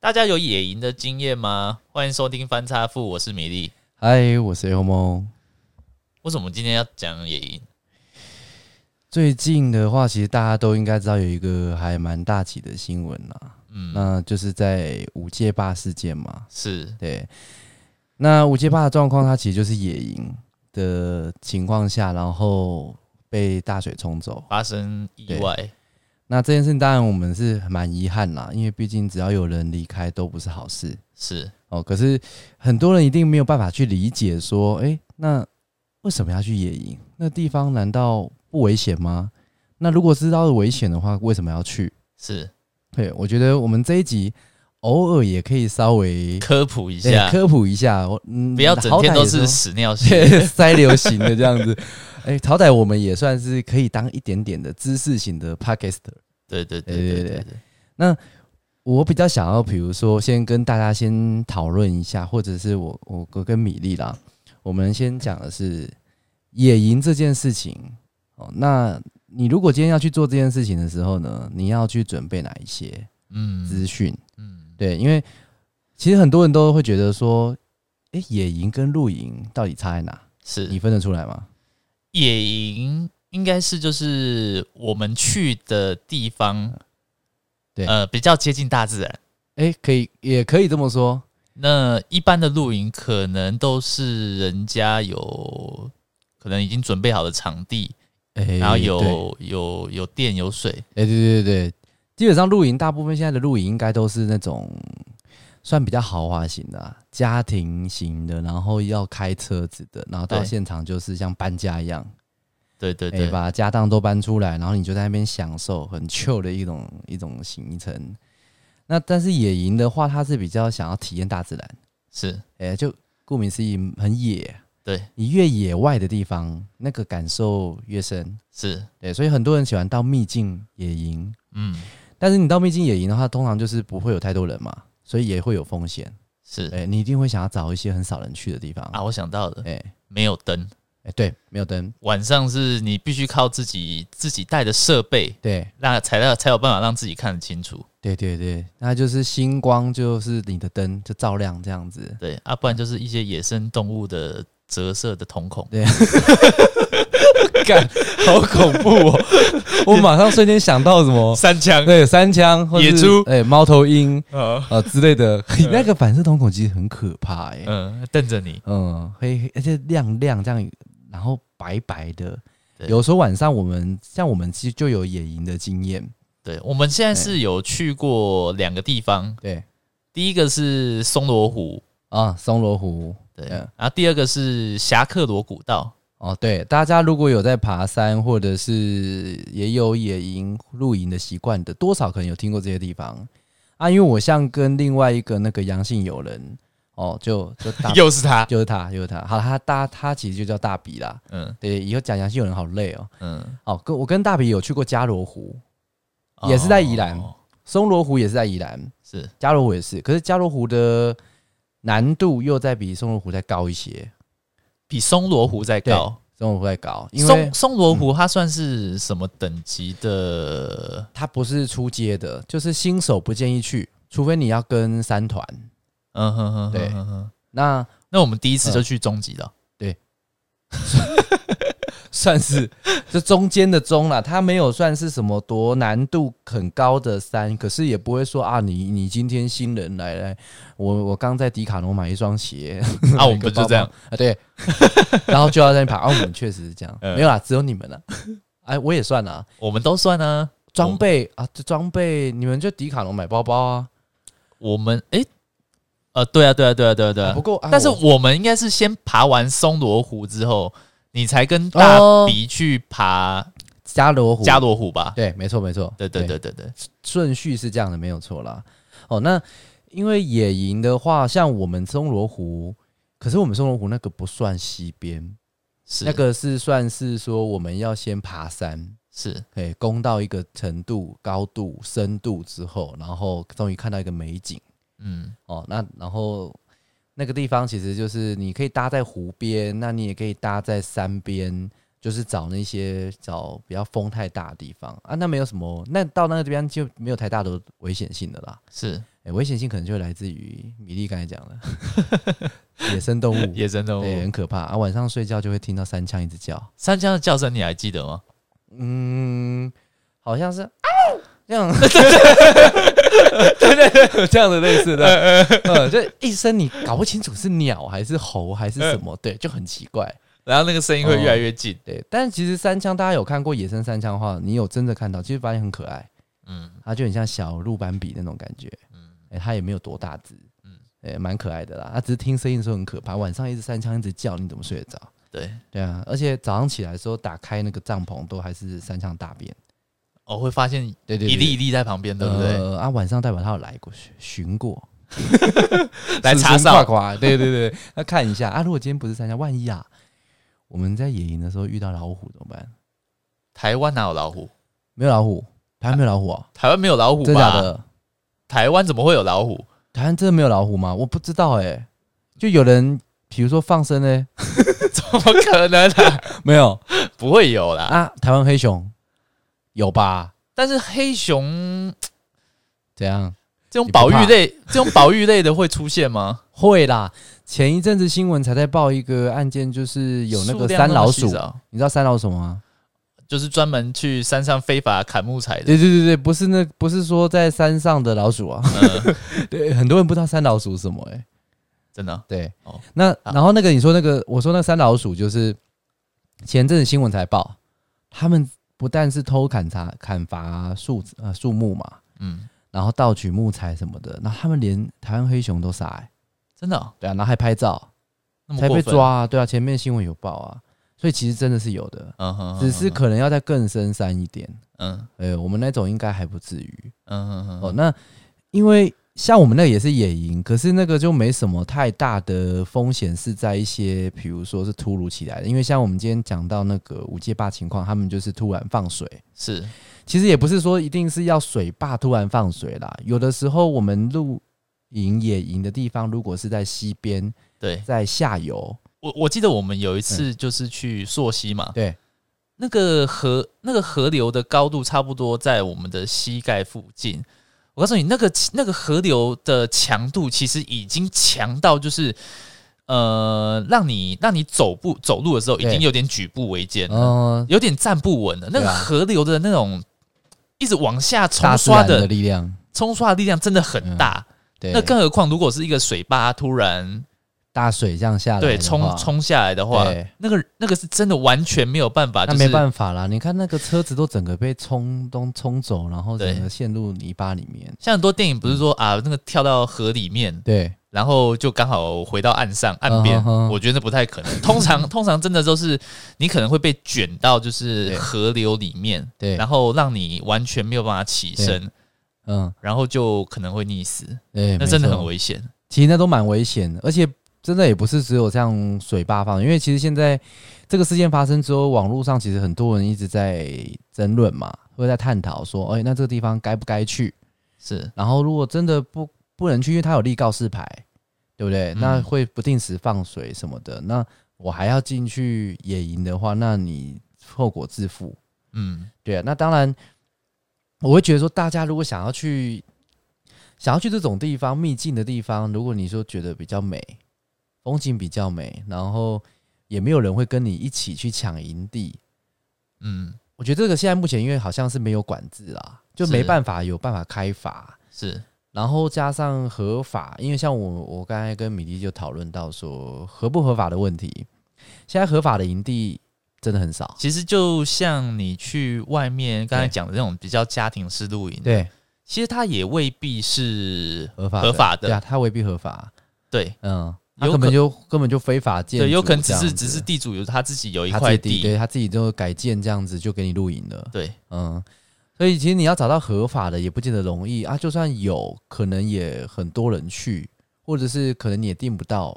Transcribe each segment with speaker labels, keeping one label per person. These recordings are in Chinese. Speaker 1: 大家有野营的经验吗？欢迎收听翻差富，我是米粒。
Speaker 2: 嗨，我是 L 梦。
Speaker 1: 为什么今天要讲野营？
Speaker 2: 最近的话，其实大家都应该知道有一个还蛮大起的新闻啦，
Speaker 1: 嗯，
Speaker 2: 那就是在五界坝事件嘛。
Speaker 1: 是
Speaker 2: 对，那五界坝的状况，它其实就是野营的情况下，然后被大水冲走。
Speaker 1: 发生意外，
Speaker 2: 那这件事当然我们是蛮遗憾啦，因为毕竟只要有人离开都不是好事
Speaker 1: 是
Speaker 2: 哦。可是很多人一定没有办法去理解说，诶，那为什么要去野营？那地方难道不危险吗？那如果知道危险的话，为什么要去？
Speaker 1: 是
Speaker 2: 对，我觉得我们这一集偶尔也可以稍微
Speaker 1: 科普一
Speaker 2: 诶
Speaker 1: 下，
Speaker 2: 科普一 下，我嗯，
Speaker 1: 不要整
Speaker 2: 好歹
Speaker 1: 天都
Speaker 2: 也
Speaker 1: 是
Speaker 2: 说
Speaker 1: 屎尿血。
Speaker 2: 塞流行的这样子。哎、好歹我们也算是可以当一点点的知识型的 podcaster。
Speaker 1: 对对对
Speaker 2: 对
Speaker 1: 对
Speaker 2: 对
Speaker 1: 对
Speaker 2: 对
Speaker 1: 对，
Speaker 2: 我比较想要，比如说，先跟大家先讨论一下，或者是我我我跟米粒啦，我们先讲的是野营这件事情。哦，那你如果今天要去做这件事情的时候呢，你要去准备哪一些
Speaker 1: 嗯
Speaker 2: 资讯？
Speaker 1: 嗯，
Speaker 2: 对，因为其实很多人都会觉得说，哎、野营跟露营到底差在哪？你
Speaker 1: 是
Speaker 2: 分得出来吗？
Speaker 1: 野营应该是就是我们去的地方，
Speaker 2: 对
Speaker 1: 呃，比较接近大自然。
Speaker 2: 哎、可以，也可以这么说。
Speaker 1: 那一般的露营可能都是人家有可能已经准备好的场地，
Speaker 2: 哎
Speaker 1: 然后
Speaker 2: 对
Speaker 1: 有有有电有水，
Speaker 2: 哎、对对对，基本上露营，大部分现在的露营应该都是那种算比较豪华型的啊、家庭型的，然后要开车子的，然后到
Speaker 1: 对
Speaker 2: 现场就是像搬家一样，
Speaker 1: 对对
Speaker 2: 哎、
Speaker 1: 对，
Speaker 2: 把家当都搬出来，然后你就在那边享受很 chill 的一种一种行程。那但是野营的话，它是比较想要体验大自然，
Speaker 1: 是
Speaker 2: 哎、就顾名思义，很野。
Speaker 1: 对，
Speaker 2: 你越野外的地方，那个感受越深。
Speaker 1: 是，
Speaker 2: 对，所以很多人喜欢到秘境野营，
Speaker 1: 嗯，
Speaker 2: 但是你到秘境野营的话，通常就是不会有太多人嘛，所以也会有风险。
Speaker 1: 是
Speaker 2: 哎、你一定会想要找一些很少人去的地方。哎、
Speaker 1: 啊，我想到了，
Speaker 2: 哎、
Speaker 1: 没有灯，
Speaker 2: 对，没有灯，
Speaker 1: 晚上是你必须靠自己自己带的设备，
Speaker 2: 对，
Speaker 1: 那才让才有办法让自己看得清楚，
Speaker 2: 对对对，那就是星光，就是你的灯就照亮这样子。
Speaker 1: 对啊，不然就是一些野生动物的折射的瞳孔，
Speaker 2: 干，好恐怖哦！ 我马上瞬间想到什 么？
Speaker 1: 哦三枪，
Speaker 2: 对，三枪、或是
Speaker 1: 野猪
Speaker 2: 哎、猫头鹰
Speaker 1: 啊
Speaker 2: 啊、呃之类 的，那个反射瞳孔其实很可怕哎、
Speaker 1: 嗯，瞪着你，
Speaker 2: 嗯，黑黑，而且亮亮这样，然后白白的。
Speaker 1: 对
Speaker 2: 有时候晚上我们像我们其实就有野营的经验，
Speaker 1: 对我们现在
Speaker 2: 对
Speaker 1: 是有去过两个地方，
Speaker 2: 对
Speaker 1: 第一个是松罗湖，
Speaker 2: 啊，松罗湖
Speaker 1: 对，
Speaker 2: 嗯
Speaker 1: 然后第二个是侠客罗古道，
Speaker 2: 哦，对，大家如果有在爬山或者是也有野营露营的习惯的，多少可能有听过这些地方啊。因为我像跟另外一个那个阳性友人哦，就就 大
Speaker 1: 又是他，
Speaker 2: 就是他就是他，好，他大他其实就叫大比啦。
Speaker 1: 嗯
Speaker 2: 对，以后讲阳性友人好累哦。
Speaker 1: 嗯，
Speaker 2: 哦，跟我跟大比有去过加罗湖，也是在宜兰
Speaker 1: 哦
Speaker 2: 松罗湖也是在宜兰，
Speaker 1: 是
Speaker 2: 加罗湖也是，可是加罗湖的难度又在比松罗湖再高一些，
Speaker 1: 比松罗湖再高。
Speaker 2: 松罗湖再高，因为嗯
Speaker 1: 松松罗湖它算是什么等级的？
Speaker 2: 它不是出街的，就是新手不建议去，除非你要跟三团。
Speaker 1: 嗯哼哼，
Speaker 2: 对
Speaker 1: 哼哼哼
Speaker 2: 那
Speaker 1: 那我们第一次就去中级 了，
Speaker 2: 算是这中间的中啦，它没有算是什么多难度很高的山，可是也不会说啊，你你今天新人来来，我我刚在迪卡侬买一双鞋，
Speaker 1: 啊，我们不就这样？
Speaker 2: 啊？对， 然后就要在那边爬，啊，我们确实是这样，
Speaker 1: 嗯
Speaker 2: 没有啦，只有你们啦， 哎，我也算啦，
Speaker 1: 我们都算啊。
Speaker 2: 装备啊，这装备你们就迪卡侬买包包啊，
Speaker 1: 我们诶，呃，对啊，对啊，对啊，对啊，对
Speaker 2: 啊
Speaker 1: 啊
Speaker 2: 不。过、啊
Speaker 1: 但是
Speaker 2: 我
Speaker 1: 我们应该是先爬完松罗湖之后，你才跟大
Speaker 2: 哦
Speaker 1: 鼻去爬
Speaker 2: 加罗湖，
Speaker 1: 加罗湖吧？
Speaker 2: 对，没错没错，
Speaker 1: 对对对对对，
Speaker 2: 顺序是这样的，没有错啦。哦，那因为野营的话，像我们松罗湖，可是我们松罗湖那个不算溪边，
Speaker 1: 是
Speaker 2: 那个是算是说我们要先爬山，
Speaker 1: 是
Speaker 2: 哎，攻到一个程度、高度、深度之后，然后终于看到一个美景
Speaker 1: 嗯
Speaker 2: 哦。那然后那个地方其实就是你可以搭在湖边，那你也可以搭在山边。就是找那些找比较风太大的地方啊，那没有什么，那到那个地方就没有太大的危险性的啦。
Speaker 1: 是
Speaker 2: 哎、诶危险性可能就来自于米粒刚才讲的 野生动 物，
Speaker 1: 野生动
Speaker 2: 对，
Speaker 1: 物。
Speaker 2: 很可怕啊。晚上睡觉就会听到三枪一直叫，
Speaker 1: 三枪的叫声你还记得吗？
Speaker 2: 嗯，好像是啊这样，对对对，这样的类似的，嗯，就一声你搞不清楚是鸟还是猴还是什么，对，就很奇怪。
Speaker 1: 然后那个声音会越来越近。
Speaker 2: 对，但其实三枪，大家有看过野生三枪的话，你有真的看到，其实发现很可爱，
Speaker 1: 嗯
Speaker 2: 它就很像小鹿斑比那种感觉，
Speaker 1: 嗯，
Speaker 2: 哎、它也没有多大只，嗯
Speaker 1: 嗯，
Speaker 2: 哎、蛮可爱的啦。它只是听声音的时候很可怕，晚上一直三枪一直叫，你怎么睡得着？
Speaker 1: 对，
Speaker 2: 对啊，而且早上起来的时候打开那个帐篷，都还是三枪大便，
Speaker 1: 我哦会发现
Speaker 2: 对对对
Speaker 1: 一粒一粒在旁边，对不对？
Speaker 2: 呃、啊，晚上代表他有来过巡巡过，
Speaker 1: 来查
Speaker 2: 哨，
Speaker 1: 哨，
Speaker 2: 夸，对对对，那看一下啊。如果今天不是三枪，万一啊，我们在野营的时候遇到老虎怎么办？
Speaker 1: 台湾哪有老虎？
Speaker 2: 没有老虎，台湾没有老虎哦，
Speaker 1: 台湾没有老啊虎
Speaker 2: 真的假
Speaker 1: 吧？
Speaker 2: 的？
Speaker 1: 台湾怎么会有老虎？
Speaker 2: 台湾真的没有老虎吗？我不知道哎、就有人比如说放生欸 呢，
Speaker 1: 怎么可能啊？
Speaker 2: 没有
Speaker 1: 不会有啦。
Speaker 2: 啊？台湾黑熊有吧？
Speaker 1: 但是黑熊
Speaker 2: 怎样？
Speaker 1: 这种
Speaker 2: 你不
Speaker 1: 保
Speaker 2: 怕
Speaker 1: 育类，这种保育类的会出现吗？
Speaker 2: 会啦，前一阵子新闻才在报一个案件，就是有那
Speaker 1: 数
Speaker 2: 个
Speaker 1: 量
Speaker 2: 山
Speaker 1: 么
Speaker 2: 老
Speaker 1: 稀
Speaker 2: 鼠，
Speaker 1: 少
Speaker 2: 你知道山老鼠吗？
Speaker 1: 就是专门去山上非法砍木材的。
Speaker 2: 对对对对，不是那不是说在山上的 老鼠啊，对，很多人不知道山老鼠是什么哎、欸
Speaker 1: 嗯真的啊、
Speaker 2: 对，
Speaker 1: 哦
Speaker 2: 那
Speaker 1: 好
Speaker 2: 然后那个你说那个，我说那山老鼠就是前阵子新闻才报，他们不但是偷砍伐砍伐树呃树木嘛，
Speaker 1: 嗯，
Speaker 2: 然后盗取木材什么的，然后他们连台湾黑熊都杀、欸，
Speaker 1: 真的啊、
Speaker 2: 对啊，然后还拍照，
Speaker 1: 那么
Speaker 2: 才
Speaker 1: 过
Speaker 2: 被
Speaker 1: 分？
Speaker 2: 抓啊，对啊，前面新闻有报啊，所以其实真的是有的，
Speaker 1: 嗯哼，
Speaker 2: 只是可能要再更深山一点，
Speaker 1: 嗯
Speaker 2: 呃，我们那种应该还不至于。
Speaker 1: 嗯哼哼
Speaker 2: 哦，那因为像我们那个也是野营，可是那个就没什么太大的风险，是在一些比如说是突如其来的，因为像我们今天讲到那个五界坝情况，他们就是突然放水，
Speaker 1: 是
Speaker 2: 其实也不是说一定是要水坝突然放水啦，有的时候我们露营野营的地方，如果是在溪边，
Speaker 1: 对
Speaker 2: 在下游，
Speaker 1: 我我记得我们有一次
Speaker 2: 嗯
Speaker 1: 就是去溯溪嘛，
Speaker 2: 对，
Speaker 1: 那个河那个河流的高度差不多在我们的膝盖附近。我告诉你，那个那个河流的强度其实已经强到就是。呃，让你让你走步走路的时候，已
Speaker 2: 对
Speaker 1: 经有点举步维艰了。
Speaker 2: 嗯、
Speaker 1: 有点站不稳了。那
Speaker 2: 对
Speaker 1: 个
Speaker 2: 啊
Speaker 1: 河流的那种一直往下冲
Speaker 2: 大自
Speaker 1: 刷
Speaker 2: 然的
Speaker 1: 的
Speaker 2: 力量，嗯
Speaker 1: 冲刷的力量真的很大。
Speaker 2: 对，
Speaker 1: 那更何况如果是一个水坝突然
Speaker 2: 大水这样下来的话，
Speaker 1: 对冲冲下来的话
Speaker 2: 对，
Speaker 1: 那个那个是真的完全没有办法，
Speaker 2: 那
Speaker 1: 啊就是
Speaker 2: 没办法啦，你看那个车子都整个被冲东冲走，然后
Speaker 1: 对
Speaker 2: 整个陷入泥巴里面。
Speaker 1: 像很多电影不是说啊，那个跳到河里面，
Speaker 2: 对，
Speaker 1: 然后就刚好回到岸上岸边
Speaker 2: 嗯哼哼
Speaker 1: 我觉得不太可能。通 常通常真的都是你可能会被卷到就是
Speaker 2: 对
Speaker 1: 河流里面，
Speaker 2: 对
Speaker 1: 然后让你完全没有办法起身，
Speaker 2: 嗯，
Speaker 1: 然后就可能会溺死，
Speaker 2: 对，
Speaker 1: 那真的
Speaker 2: 没
Speaker 1: 很
Speaker 2: 错。
Speaker 1: 危险。
Speaker 2: 其实那都蛮危险的，而且真的也不是只有这样水坝放，因为其实现在这个事件发生之后，网络上其实很多人一直在争论嘛，会在探讨说，哎、那这个地方该不该去？
Speaker 1: 是
Speaker 2: 然后如果真的不不能去，因为它有立告示牌，对不对？
Speaker 1: 嗯
Speaker 2: 那会不定时放水什么的，那我还要进去野营的话，那你后果自负。
Speaker 1: 嗯，
Speaker 2: 对啊，那当然，我会觉得说，大家如果想要去想要去这种地方秘境的地方，如果你说觉得比较美，风景比较美，然后也没有人会跟你一起去抢营地，
Speaker 1: 嗯
Speaker 2: 我觉得这个现在目前因为好像是没有管制啦，就没
Speaker 1: 是
Speaker 2: 办法有办法开发，，
Speaker 1: 是，
Speaker 2: 然后加上合法，因为像我我刚才跟米莉就讨论到说合不合法的问题，现在合法的营地真的很少，
Speaker 1: 其实就像你去外面刚才
Speaker 2: 对
Speaker 1: 讲的那种比较家庭式露营，，
Speaker 2: 对，
Speaker 1: 其实它也未必是
Speaker 2: 合法
Speaker 1: 合法的
Speaker 2: 对啊，它未必合法、
Speaker 1: 对
Speaker 2: 嗯，
Speaker 1: 有
Speaker 2: 有根本
Speaker 1: 可
Speaker 2: 就根本就非法建筑这样子，
Speaker 1: 对，有可能只是只是地主有他自己有一
Speaker 2: 他
Speaker 1: 块
Speaker 2: 自己
Speaker 1: 地，
Speaker 2: 对他自己就改建这样子就给你露营了，
Speaker 1: 对
Speaker 2: 嗯，所以其实你要找到合法的也不见得容易啊，就算有可能也很多人去，或者是可能你也订不到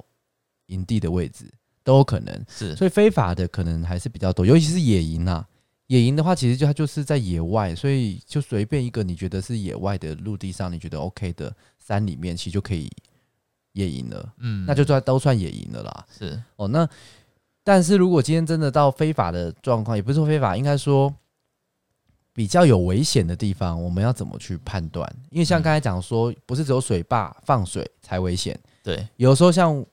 Speaker 2: 营地的位置都有可能，
Speaker 1: 是
Speaker 2: 所以非法的可能还是比较多，尤其是野营啊。野营的话，其实就它就是在野外，所以就随便一个你觉得是野外的陆地上，你觉得 OK 的山里面，其实就可以野营了。
Speaker 1: 嗯，
Speaker 2: 那就算都算野营的啦。
Speaker 1: 是
Speaker 2: 哦，那但是如果今天真的到非法的状况，也不是说非法，应该说，比较有危险的地方，我们要怎么去判断？因为像刚才讲说，不是只有水坝放水才危险，
Speaker 1: 对，
Speaker 2: 有时候像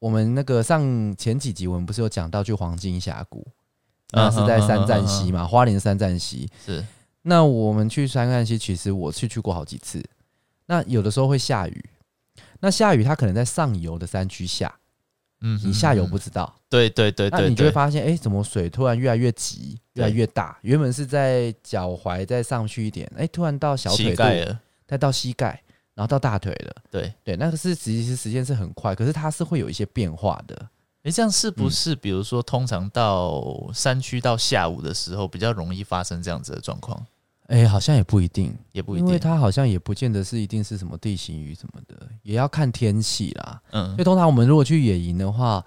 Speaker 2: 我们那个上前几集，我们不是有讲到去黄金峡谷，
Speaker 1: 嗯
Speaker 2: 那是在三站溪嘛，花莲三站溪。
Speaker 1: 是
Speaker 2: 那我们去三站溪，其实我去去过好几次。那有的时候会下雨，那下雨它可能在上游的山区下，
Speaker 1: 嗯哼
Speaker 2: 你下游
Speaker 1: 嗯
Speaker 2: 不知道，
Speaker 1: 对对对
Speaker 2: 那
Speaker 1: 对，
Speaker 2: 你就会
Speaker 1: 对
Speaker 2: 发现，哎、怎么水突然越来越急，越来越大？原本是在脚踝再上去一点，哎、突然到小
Speaker 1: 膝
Speaker 2: 腿肚，
Speaker 1: 盖了，
Speaker 2: 再到膝盖，然后到大腿了。
Speaker 1: 对。
Speaker 2: 对，那个是其实时间是很快，可是它是会有一些变化的。
Speaker 1: 诶，这样是不是比如说，通常到山区到下午的时候，比较容易发生这样子的状况？
Speaker 2: 哎、好像也不一定，
Speaker 1: 也不一
Speaker 2: 因为
Speaker 1: 定，
Speaker 2: 它好像也不见得是一定是什么地形雨什么的，也要看天气啦。
Speaker 1: 嗯
Speaker 2: 因为，通常我们如果去野营的话，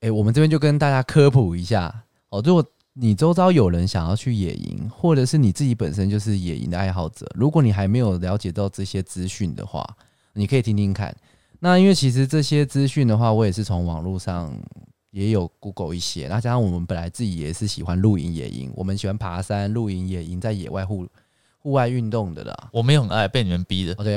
Speaker 2: 哎、我们这边就跟大家科普一下哦。如果你周遭有人想要去野营，或者是你自己本身就是野营的爱好者，如果你还没有了解到这些资讯的话，你可以听听看。那因为其实这些资讯的话，我也是从网络上也有 Google 一些，那加上我们本来自己也是喜欢露营野营，我们喜欢爬山、露营野营，在野外户户外运动的啦。
Speaker 1: 我没有很爱被你们逼的，
Speaker 2: 哦， 对，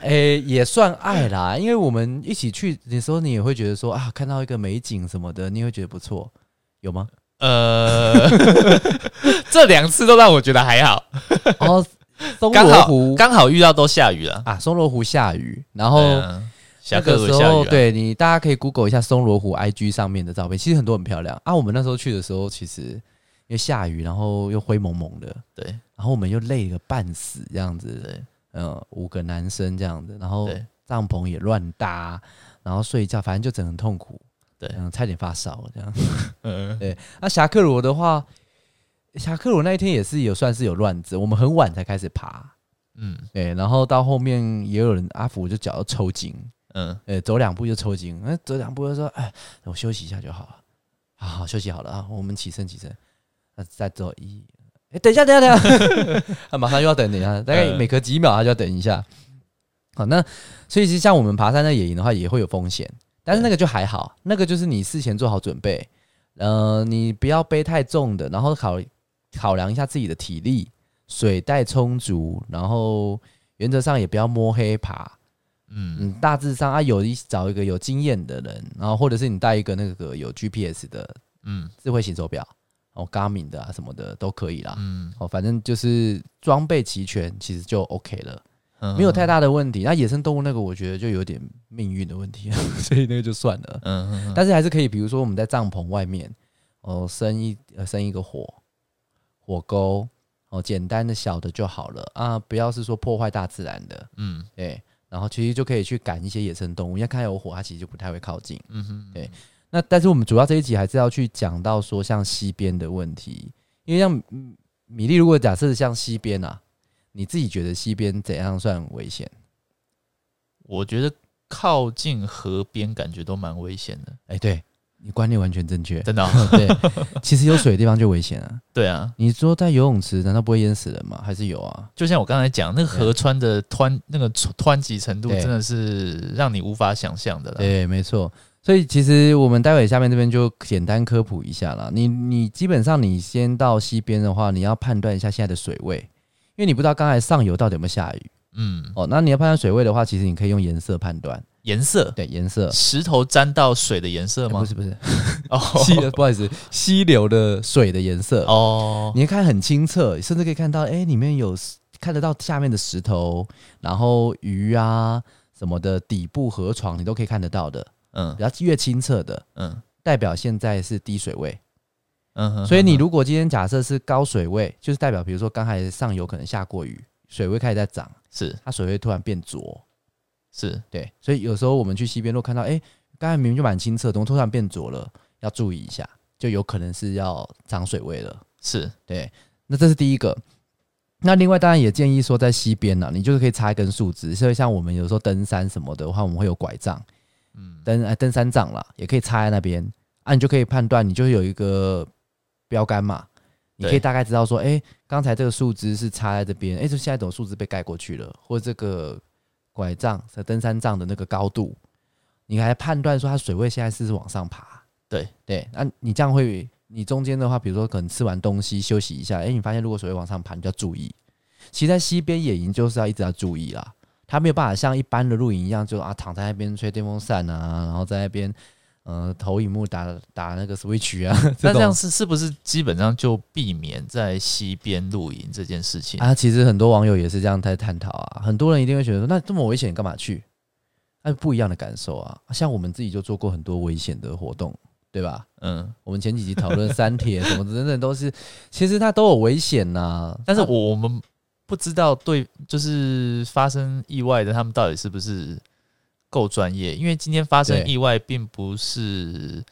Speaker 2: 诶、也算爱啦，因为我们一起去的时候，你也会觉得说啊，看到一个美景什么的，你也会觉得不错，有吗？
Speaker 1: 呃， 这两次都让我觉得还好，
Speaker 2: 哦，松
Speaker 1: 刚
Speaker 2: 罗
Speaker 1: 好
Speaker 2: 湖
Speaker 1: 刚好遇到都下雨了，
Speaker 2: 啊，松罗湖下雨，然后
Speaker 1: 嗯，下
Speaker 2: 那
Speaker 1: 课
Speaker 2: 个
Speaker 1: 都
Speaker 2: 时
Speaker 1: 下雨啊
Speaker 2: 候，
Speaker 1: 了，
Speaker 2: 对你大家可以 Google 一下松罗湖 IG 上面的照片，其实很多很漂亮啊。我们那时候去的时候，其实因为下雨，然后又灰蒙蒙的，
Speaker 1: 对
Speaker 2: 然后我们又累个半死这样子，
Speaker 1: 对
Speaker 2: 嗯，五个男生这样子，然后
Speaker 1: 对
Speaker 2: 帐篷也乱搭，然后睡觉，反正就整个很痛苦，
Speaker 1: 对
Speaker 2: 嗯，差点发烧 这样。
Speaker 1: 嗯
Speaker 2: 那侠客罗的话，侠客罗那一天也是有算是有乱子，我们很晚才开始爬，
Speaker 1: 嗯
Speaker 2: 对，然后到后面也有人阿福就脚要抽筋，
Speaker 1: 嗯，
Speaker 2: 呃，走两步就抽筋，那、走两步就说，哎，我休息一下就好了，好好休息好了啊，我们起身起身，那再走一，哎，等一下等一下等一下， 啊，马上又要等等一下，大概
Speaker 1: 嗯
Speaker 2: 每隔几秒啊他就要等一下。好，那所以其实像我们爬山的野营的话，也会有风险，但是那个就还好，那个就是你事前做好准备，呃，你不要背太重的，然后考考量一下自己的体力，水带充足，然后原则上也不要摸黑爬，
Speaker 1: 嗯
Speaker 2: 嗯，大致上啊，有一找一个有经验的人，然后或者是你带一个那个有 GPS 的
Speaker 1: 嗯
Speaker 2: 智慧型手表，哦，Garmin 的啊什么的都可以啦。
Speaker 1: 嗯
Speaker 2: 哦，反正就是装备齐全，其实就 OK 了，
Speaker 1: 嗯，
Speaker 2: 没有太大的问题。那野生动物那个，我觉得就有点命运的问题， 所以那个就算了。
Speaker 1: 嗯，嗯嗯，
Speaker 2: 但是还是可以，比如说我们在帐篷外面，哦，生一呃生一个火火沟，哦，简单的小的就好了啊，不要是说破坏大自然的。
Speaker 1: 嗯
Speaker 2: 对，然后其实就可以去赶一些野生动物，因为看有火，它其实就不太会靠近。
Speaker 1: 嗯哼，
Speaker 2: 对那但是我们主要这一集还是要去讲到说像西边的问题，因为像嗯米粒，如果假设像西边啊，你自己觉得西边怎样算危险？
Speaker 1: 我觉得靠近河边感觉都蛮危险的，
Speaker 2: 哎、对你观念完全正确。
Speaker 1: 真的哦，
Speaker 2: 对，其实有水的地方就危险啊。
Speaker 1: 对啊，
Speaker 2: 你说在游泳池，难道不会淹死人吗？还是有啊？
Speaker 1: 就像我刚才讲，那个河川的湍那个湍急程度，
Speaker 2: 对
Speaker 1: 真的是让你无法想象的啊啦。
Speaker 2: 对，没错。所以其实我们待会下面这边就简单科普一下啦。你你基本上你先到西边的话，你要判断一下现在的水位，因为你不知道刚才上游到底有没有下雨
Speaker 1: 嗯，
Speaker 2: 哦。那你要判断水位的话，其实你可以用颜色判断。
Speaker 1: 颜色，
Speaker 2: 对，颜色、
Speaker 1: 石头沾到水的颜色
Speaker 2: 哎
Speaker 1: 吗？
Speaker 2: 不 是不是
Speaker 1: 哦
Speaker 2: 溪的，不好意思，溪流的水的颜色。
Speaker 1: 哦，
Speaker 2: 你看很清澈，甚至可以看到，哎、里面有看得到下面的石头，然后鱼啊什么的，底部河床你都可以看得到的。
Speaker 1: 嗯
Speaker 2: 然后越清澈的，
Speaker 1: 嗯
Speaker 2: 代表现在是低水位。
Speaker 1: 嗯哼，
Speaker 2: 所以你
Speaker 1: 嗯
Speaker 2: 如果今天假设是高水位，就是代表比如说刚才上游可能下过雨，水位开始在涨，
Speaker 1: 是
Speaker 2: 它水位突然变浊。
Speaker 1: 是
Speaker 2: 对，所以有时候我们去西边路看到，哎、刚才明明就蛮清澈，怎么突然变浊了？要注意一下，就有可能是要涨水位了。
Speaker 1: 是，
Speaker 2: 对，那这是第一个。那另外当然也建议说，在西边呢、你就是可以插一根树枝，所以像我们有时候登山什么的话，我们会有拐杖，
Speaker 1: 嗯
Speaker 2: 登呃登山杖啦，也可以插在那边啊，你就可以判断，你就有一个标杆嘛，你
Speaker 1: 对
Speaker 2: 可以大概知道说，哎、刚才这个树枝是插在这边，哎、就现在怎么树枝被盖过去了，或者这个拐杖在登山杖的那个高度，你还判断说它水位现在是不是往上爬，
Speaker 1: 对
Speaker 2: 对，那、你这样会你中间的话，比如说可能吃完东西休息一下，哎、你发现如果水位往上爬，你就要注意。其实，在西边野营就是要一直要注意啦，它没有办法像一般的露营一样，就啊躺在那边吹电风扇啊，然后在那边呃投影幕打打那个 Switch 啊。
Speaker 1: 那这
Speaker 2: 种
Speaker 1: 样是是不是基本上就避免在西边露营这件事情？
Speaker 2: 啊，其实很多网友也是这样在探讨啊，很多人一定会觉得说，那这么危险，你干嘛去？那不一样的感受啊，像我们自己就做过很多危险的活动，对吧？
Speaker 1: 嗯，
Speaker 2: 我们前几集讨论三铁什么等等都是， 其实它都有危险呐、
Speaker 1: 但是我我们不知道对，就是发生意外的他们到底是不是够专业？因为今天发生
Speaker 2: 对
Speaker 1: 意外，并不是，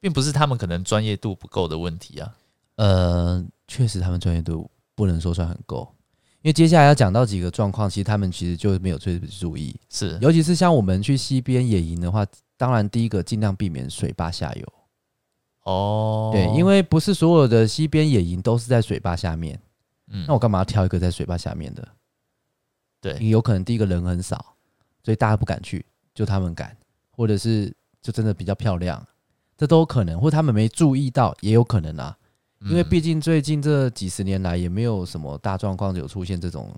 Speaker 1: 并不是他们可能专业度不够的问题啊。
Speaker 2: 呃，确实他们专业度不能说算很够，因为接下来要讲到几个状况，其实他们其实就没有最注意，
Speaker 1: 是，
Speaker 2: 尤其是像我们去西边野营的话，当然第一个尽量避免水坝下游，
Speaker 1: 哦，
Speaker 2: 对，因为不是所有的西边野营都是在水坝下面。
Speaker 1: 嗯
Speaker 2: 那我干嘛要挑一个在水坝下面的？
Speaker 1: 对，
Speaker 2: 你有可能第一个人很少，所以大家不敢去，就他们敢，或者是就真的比较漂亮，这都有可能，或他们没注意到也有可能啊。因为
Speaker 1: 嗯
Speaker 2: 毕竟最近这几十年来也没有什么大状况有出现这种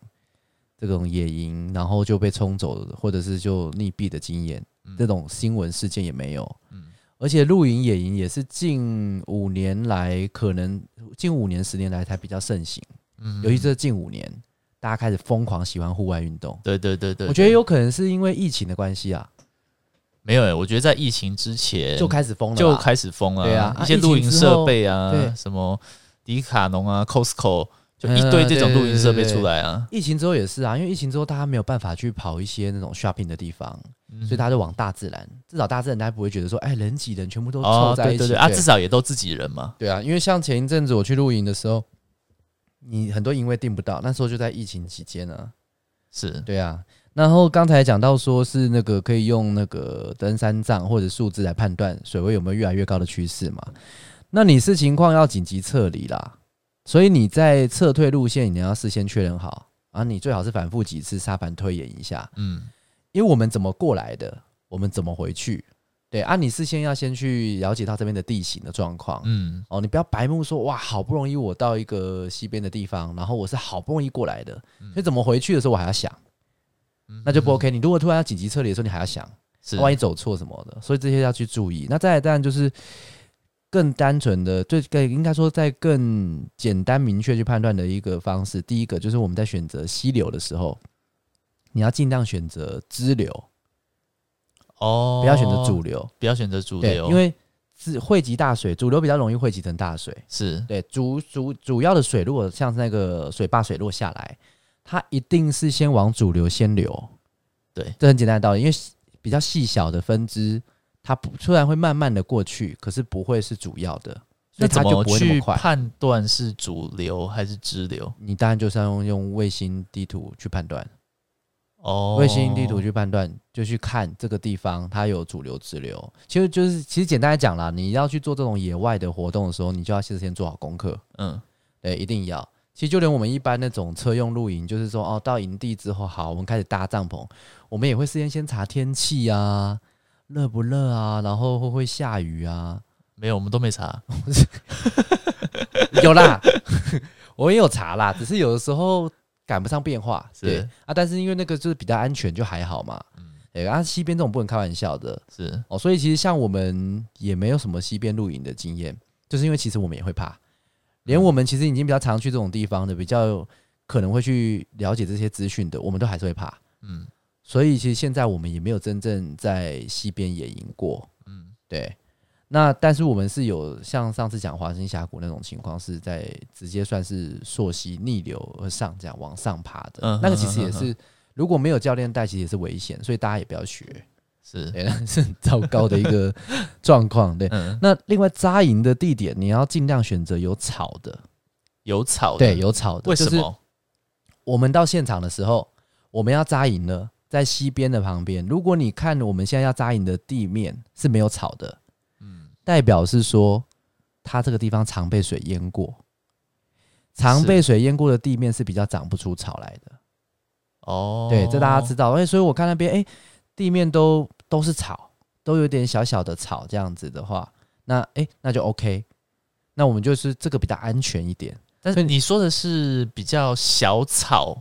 Speaker 2: 这种野营，然后就被冲走的，或者是就溺毙的经验，
Speaker 1: 嗯
Speaker 2: 这种新闻事件也没有。
Speaker 1: 嗯
Speaker 2: 而且露营野营也是近五年来，可能近五年十年来才比较盛行。
Speaker 1: 嗯
Speaker 2: 尤其这近五年，大家开始疯狂喜欢户外运动。
Speaker 1: 对对对对，
Speaker 2: 我觉得有可能是因为疫情的关系啊，
Speaker 1: 没有、欸，我觉得在疫情之前
Speaker 2: 就开始疯了啦，
Speaker 1: 就开始疯了，
Speaker 2: 对啊啊
Speaker 1: 一些露营设备啊
Speaker 2: 疫情之后，对嗯
Speaker 1: 什么迪卡侬啊、Costco，就一堆这种露营设备出来啊，
Speaker 2: 疫情之后也是啊，因为疫情之后大家没有办法去跑一些那种 shopping 的地方，
Speaker 1: 嗯
Speaker 2: 所以大家就往大自然，至少大自然大家不会觉得说，哎，人挤人，全部都
Speaker 1: 哦
Speaker 2: 凑，在
Speaker 1: 对
Speaker 2: 一起。
Speaker 1: 对对啊，至少也都自己人嘛，
Speaker 2: 对啊，因为像前一阵子我去露营的时候，你很多营位订不到，那时候就在疫情期间呢、啊。
Speaker 1: 是，
Speaker 2: 对啊，然后刚才讲到说是那个可以用那个登山杖或者数字来判断水位有没有越来越高的趋势嘛？那你是情况要紧急撤离啦，所以你在撤退路线，你要事先确认好啊，你最好是反复几次沙盘推演一下，
Speaker 1: 嗯，
Speaker 2: 因为我们怎么过来的，我们怎么回去，对啊，你事先要先去了解到这边的地形的状况，
Speaker 1: 嗯，
Speaker 2: 哦，你不要白目说哇，好不容易我到一个西边的地方，然后我是好不容易过来的，
Speaker 1: 嗯
Speaker 2: 所以怎么回去的时候我还要想，那就不 OK。你如果突然要紧急撤离的时候，你还要想，
Speaker 1: 是，
Speaker 2: 万一走错什么的，所以这些要去注意。那再来，当然就是更单纯的，最更应该说在更简单明确去判断的一个方式。第一个就是我们在选择溪流的时候，你要尽量选择支流，
Speaker 1: 哦，
Speaker 2: 不要选择主，流，
Speaker 1: 不要选择主
Speaker 2: 对，
Speaker 1: 流，
Speaker 2: 因为是汇集大水，主流比较容易汇集成大水。
Speaker 1: 是，
Speaker 2: 对，主主主要的水如果像是那个水坝水落下来，它一定是先往主流先流。
Speaker 1: 对，
Speaker 2: 这很简单的道理，因为比较细小的分支，它不虽然会慢慢的过去，可是不会是主要的，所
Speaker 1: 那
Speaker 2: 以它
Speaker 1: 怎
Speaker 2: 就不会那
Speaker 1: 去
Speaker 2: 么快。
Speaker 1: 判断是主流还是支流？
Speaker 2: 你当然就是要用用卫星地图去判断，
Speaker 1: 哦，
Speaker 2: 卫星地图去判断，就去看这个地方它有主流支流。其实就是其实简单来讲啦，你要去做这种野外的活动的时候，你就要事先做好功课。
Speaker 1: 嗯，
Speaker 2: 对，一定要。其实就连我们一般那种车用露营，就是说哦，到营地之后，好，我们开始搭帐篷，我们也会事先先查天气啊，热不热啊，然后会不会下雨啊？
Speaker 1: 没有，我们都没查，
Speaker 2: 有啦， 我也有查啦，只是有的时候赶不上变化，
Speaker 1: 是
Speaker 2: 对啊，但是因为那个就是比较安全，就还好嘛。嗯，对啊，西边这种不能开玩笑的
Speaker 1: 是，
Speaker 2: 哦，所以其实像我们也没有什么西边露营的经验，就是因为其实我们也会怕，连
Speaker 1: 嗯
Speaker 2: 我们其实已经比较常去这种地方的，比较可能会去了解这些资讯的，我们都还是会怕。
Speaker 1: 嗯
Speaker 2: 所以其实现在我们也没有真正在西边野营过，
Speaker 1: 嗯，
Speaker 2: 对。那但是我们是有像上次讲华兴峡谷那种情况，是在直接算是溯溪逆流而上，这样往上爬的。
Speaker 1: 嗯哼
Speaker 2: 那个其实也
Speaker 1: 嗯哼
Speaker 2: 是，如果没有教练带，其实也是危险，所以大家也不要学。
Speaker 1: 嗯是，
Speaker 2: 对， 那是很糟糕的一个状况。对，
Speaker 1: 嗯，
Speaker 2: 那另外扎营的地点，你要尽量选择有草的，
Speaker 1: 有草的，
Speaker 2: 对，有草的。
Speaker 1: 为什
Speaker 2: 就是
Speaker 1: 么？
Speaker 2: 我们到现场的时候，我们要扎营了，在溪边的旁边。如果你看我们现在要扎营的地面是没有草的，
Speaker 1: 嗯，
Speaker 2: 代表是说它这个地方常被水淹过，常被水淹过的地面是比较长不出草来的。
Speaker 1: 哦，
Speaker 2: 对，这大家知道。哎、所以我看那边，哎、地面都都是草，都有点小小的草，这样子的话，那哎、诶那就 OK。那我们就是这个比较安全一点。
Speaker 1: 但是你说的是比较小草，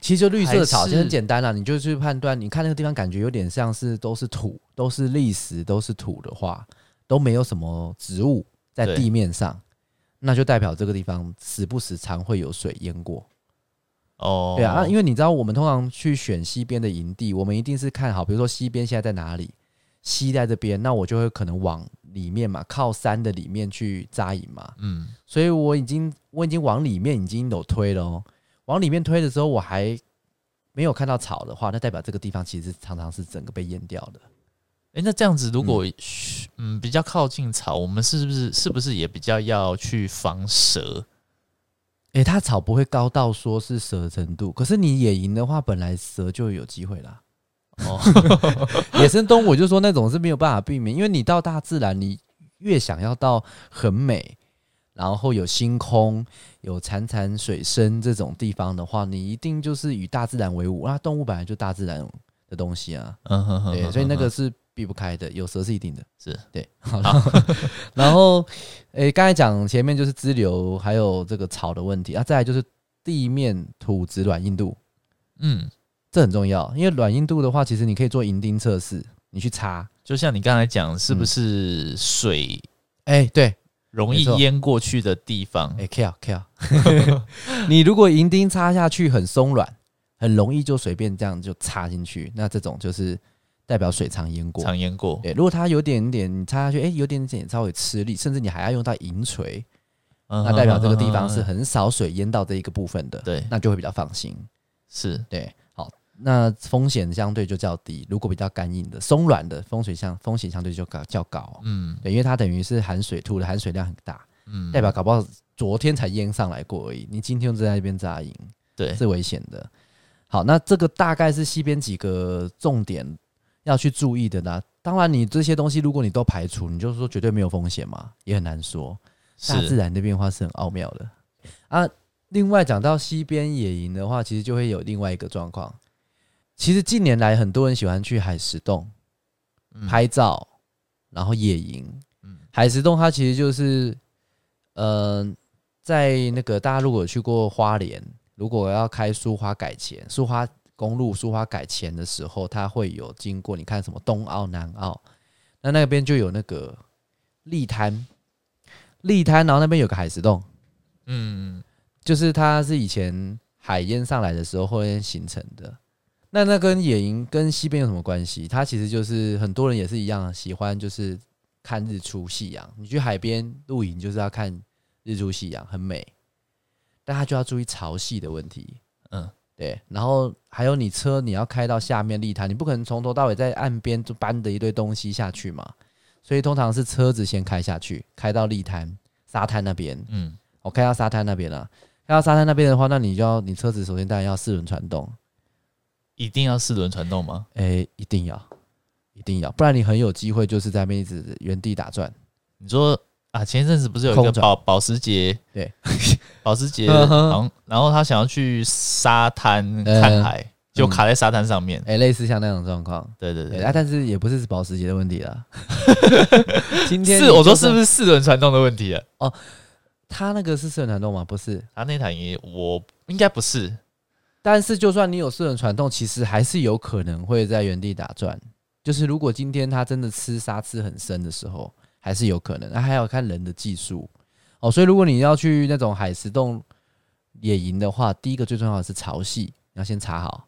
Speaker 2: 其实就绿色
Speaker 1: 还
Speaker 2: 草，
Speaker 1: 是
Speaker 2: 其实很简单啦，你就去判断，你看那个地方感觉有点像是都是土，都是砾石，都是土的话，都没有什么植物在
Speaker 1: 对
Speaker 2: 地面上，那就代表这个地方时不时常会有水淹过。
Speaker 1: 哦，
Speaker 2: 对啊，啊因
Speaker 1: 为
Speaker 2: 为你知道，我们通常去选西边的营地，我们一定是看好，比如说西边现在在哪里，西在这边，那我就会可能往里面嘛，靠山的里面去扎营嘛。
Speaker 1: 嗯，
Speaker 2: 所以我已经我已经往里面已经有推了哦，往里面推的时候我还没有看到草的话，那代表这个地方其实常常是整个被淹掉的。
Speaker 1: 诶，那这样子如果嘘嗯比较靠近草，我们是不是是不是也比较要去防蛇？
Speaker 2: 诶、它草不会高到说是蛇的程度，可是你野营的话，本来蛇就有机会啦。
Speaker 1: 哦，
Speaker 2: 野生动物，我就说那种是没有办法避免，因为你到大自然，你越想要到很美，然后有星空、有潺潺水声这种地方的话，你一定就是与大自然为伍。那啊动物本来就大自然的东西啊，
Speaker 1: 嗯哼哼
Speaker 2: 对，
Speaker 1: 哼
Speaker 2: 所以那
Speaker 1: 哼
Speaker 2: 个是避不开的，有蛇是一定的，
Speaker 1: 是
Speaker 2: 对。好了， 然后，诶、刚才讲前面就是支流，还有这个草的问题啊，再来就是地面土质软硬度，
Speaker 1: 嗯，
Speaker 2: 这很重要，因为软硬度的话，其实你可以做银钉测试，你去查。
Speaker 1: 就像你刚才讲，是不是水
Speaker 2: 哎、对，
Speaker 1: 容
Speaker 2: 嗯没
Speaker 1: 易
Speaker 2: 错
Speaker 1: 淹过去的地方？
Speaker 2: 哎、k i l l kill，你 如果银钉插下去很松软，很容易就随便这样就插进去，那这种就是代表水常淹过。哎
Speaker 1: 常淹过，
Speaker 2: 对，如果它有点点你插下去，哎、有点点稍微吃力，甚至你还要用到银锤，
Speaker 1: 那
Speaker 2: 那代表这个地方是很少水淹到这一个部分的，
Speaker 1: 嗯对，
Speaker 2: 那就会比较放心。
Speaker 1: 是
Speaker 2: 对，好，那风险相对就较低。如果比较干硬的、松软的，风水相风险相对就高较高。
Speaker 1: 嗯
Speaker 2: 对，因为它等于是含水吐的，含水量很大，
Speaker 1: 嗯，
Speaker 2: 代表搞不好昨天才淹上来过而已，你今天就在那边扎营
Speaker 1: 对
Speaker 2: 是危险的。好，那这个大概是西边几个重点要去注意的啦。当然，你这些东西如果你都排除，你就说绝对没有风险嘛，也很难说。大自
Speaker 1: 是
Speaker 2: 然的变化是很奥妙的啊。另外讲到西边野营的话，其实就会有另外一个状况。其实近年来很多人喜欢去海石洞
Speaker 1: 嗯
Speaker 2: 拍照，然后野营。
Speaker 1: 嗯
Speaker 2: 海石洞它其实就是，呃，在那个大家如果有去过花莲，如果要开苏花改前、苏花公路、苏花改前的时候，它会有经过你看什么东澳、南澳，那那边就有那个立滩，立滩，然后那边有个海石洞，
Speaker 1: 嗯
Speaker 2: 就是它是以前海淹上来的时候后面形成的。那那跟野营跟西边有什么关系？它其实就是很多人也是一样，喜欢就是看日出夕阳。你去海边露营就是要看日出夕阳，很美，但它就要注意潮汐的问题。
Speaker 1: 嗯
Speaker 2: 对，然后还有你车你要开到下面立滩，你不可能从头到尾在岸边就搬着一堆东西下去嘛，所以通常是车子先开下去，开到立滩沙滩那边，
Speaker 1: 嗯
Speaker 2: 我、开到沙滩那边了、开到沙滩那边的话，那你就要你车子首先当然要四轮传动，
Speaker 1: 一定要四轮传动吗？
Speaker 2: 诶，一定要，一定要，不然你很有机会就是在那边一直原地打转。
Speaker 1: 你说啊，前一阵子不是有一个
Speaker 2: 空转
Speaker 1: 保保时捷？
Speaker 2: 对，
Speaker 1: 保时捷，
Speaker 2: 嗯
Speaker 1: 好
Speaker 2: 哼
Speaker 1: 像然后他想要去沙滩
Speaker 2: 嗯哎
Speaker 1: 看海，就卡在沙滩上面。
Speaker 2: 诶，类似像那种状况，
Speaker 1: 对对
Speaker 2: 对
Speaker 1: 对
Speaker 2: 啊，，但是也不是保时捷的问题 啦。今天
Speaker 1: 是我说是不
Speaker 2: 是
Speaker 1: 是四轮传动的问题啊？
Speaker 2: 他那个是四轮传动吗？不是，
Speaker 1: 他那台也我应该不是，
Speaker 2: 但是就算你有四轮传动，其实还是有可能会在原地打转。就是如果今天他真的吃沙吃很深的时候，还是有可能。那、还要看人的技术哦。所以如果你要去那种海石洞野营的话，第一个最重要的是潮汐，你要先查好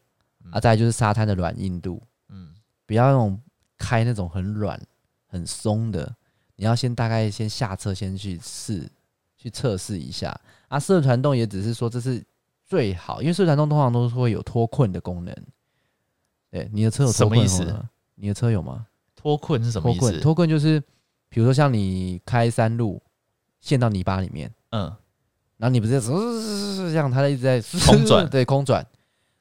Speaker 2: 啊。再来就是沙滩的软硬度，
Speaker 1: 嗯
Speaker 2: 不要用开那种很软、很松的，你要先大概先下车先去试，去测试一下。啊，四轮传动也只是说这是最好，因为四轮传动通常都是会有脱困的功能。对，你的车有脱困的功
Speaker 1: 什么意
Speaker 2: 能吗？你的车有吗？
Speaker 1: 脱困是什么
Speaker 2: 脱
Speaker 1: 意
Speaker 2: 困，
Speaker 1: 思？
Speaker 2: 脱困就是比如说像你开山路陷到泥巴里面，
Speaker 1: 嗯，
Speaker 2: 然后你不是这样，它一直在
Speaker 1: 空转
Speaker 2: 对，空转。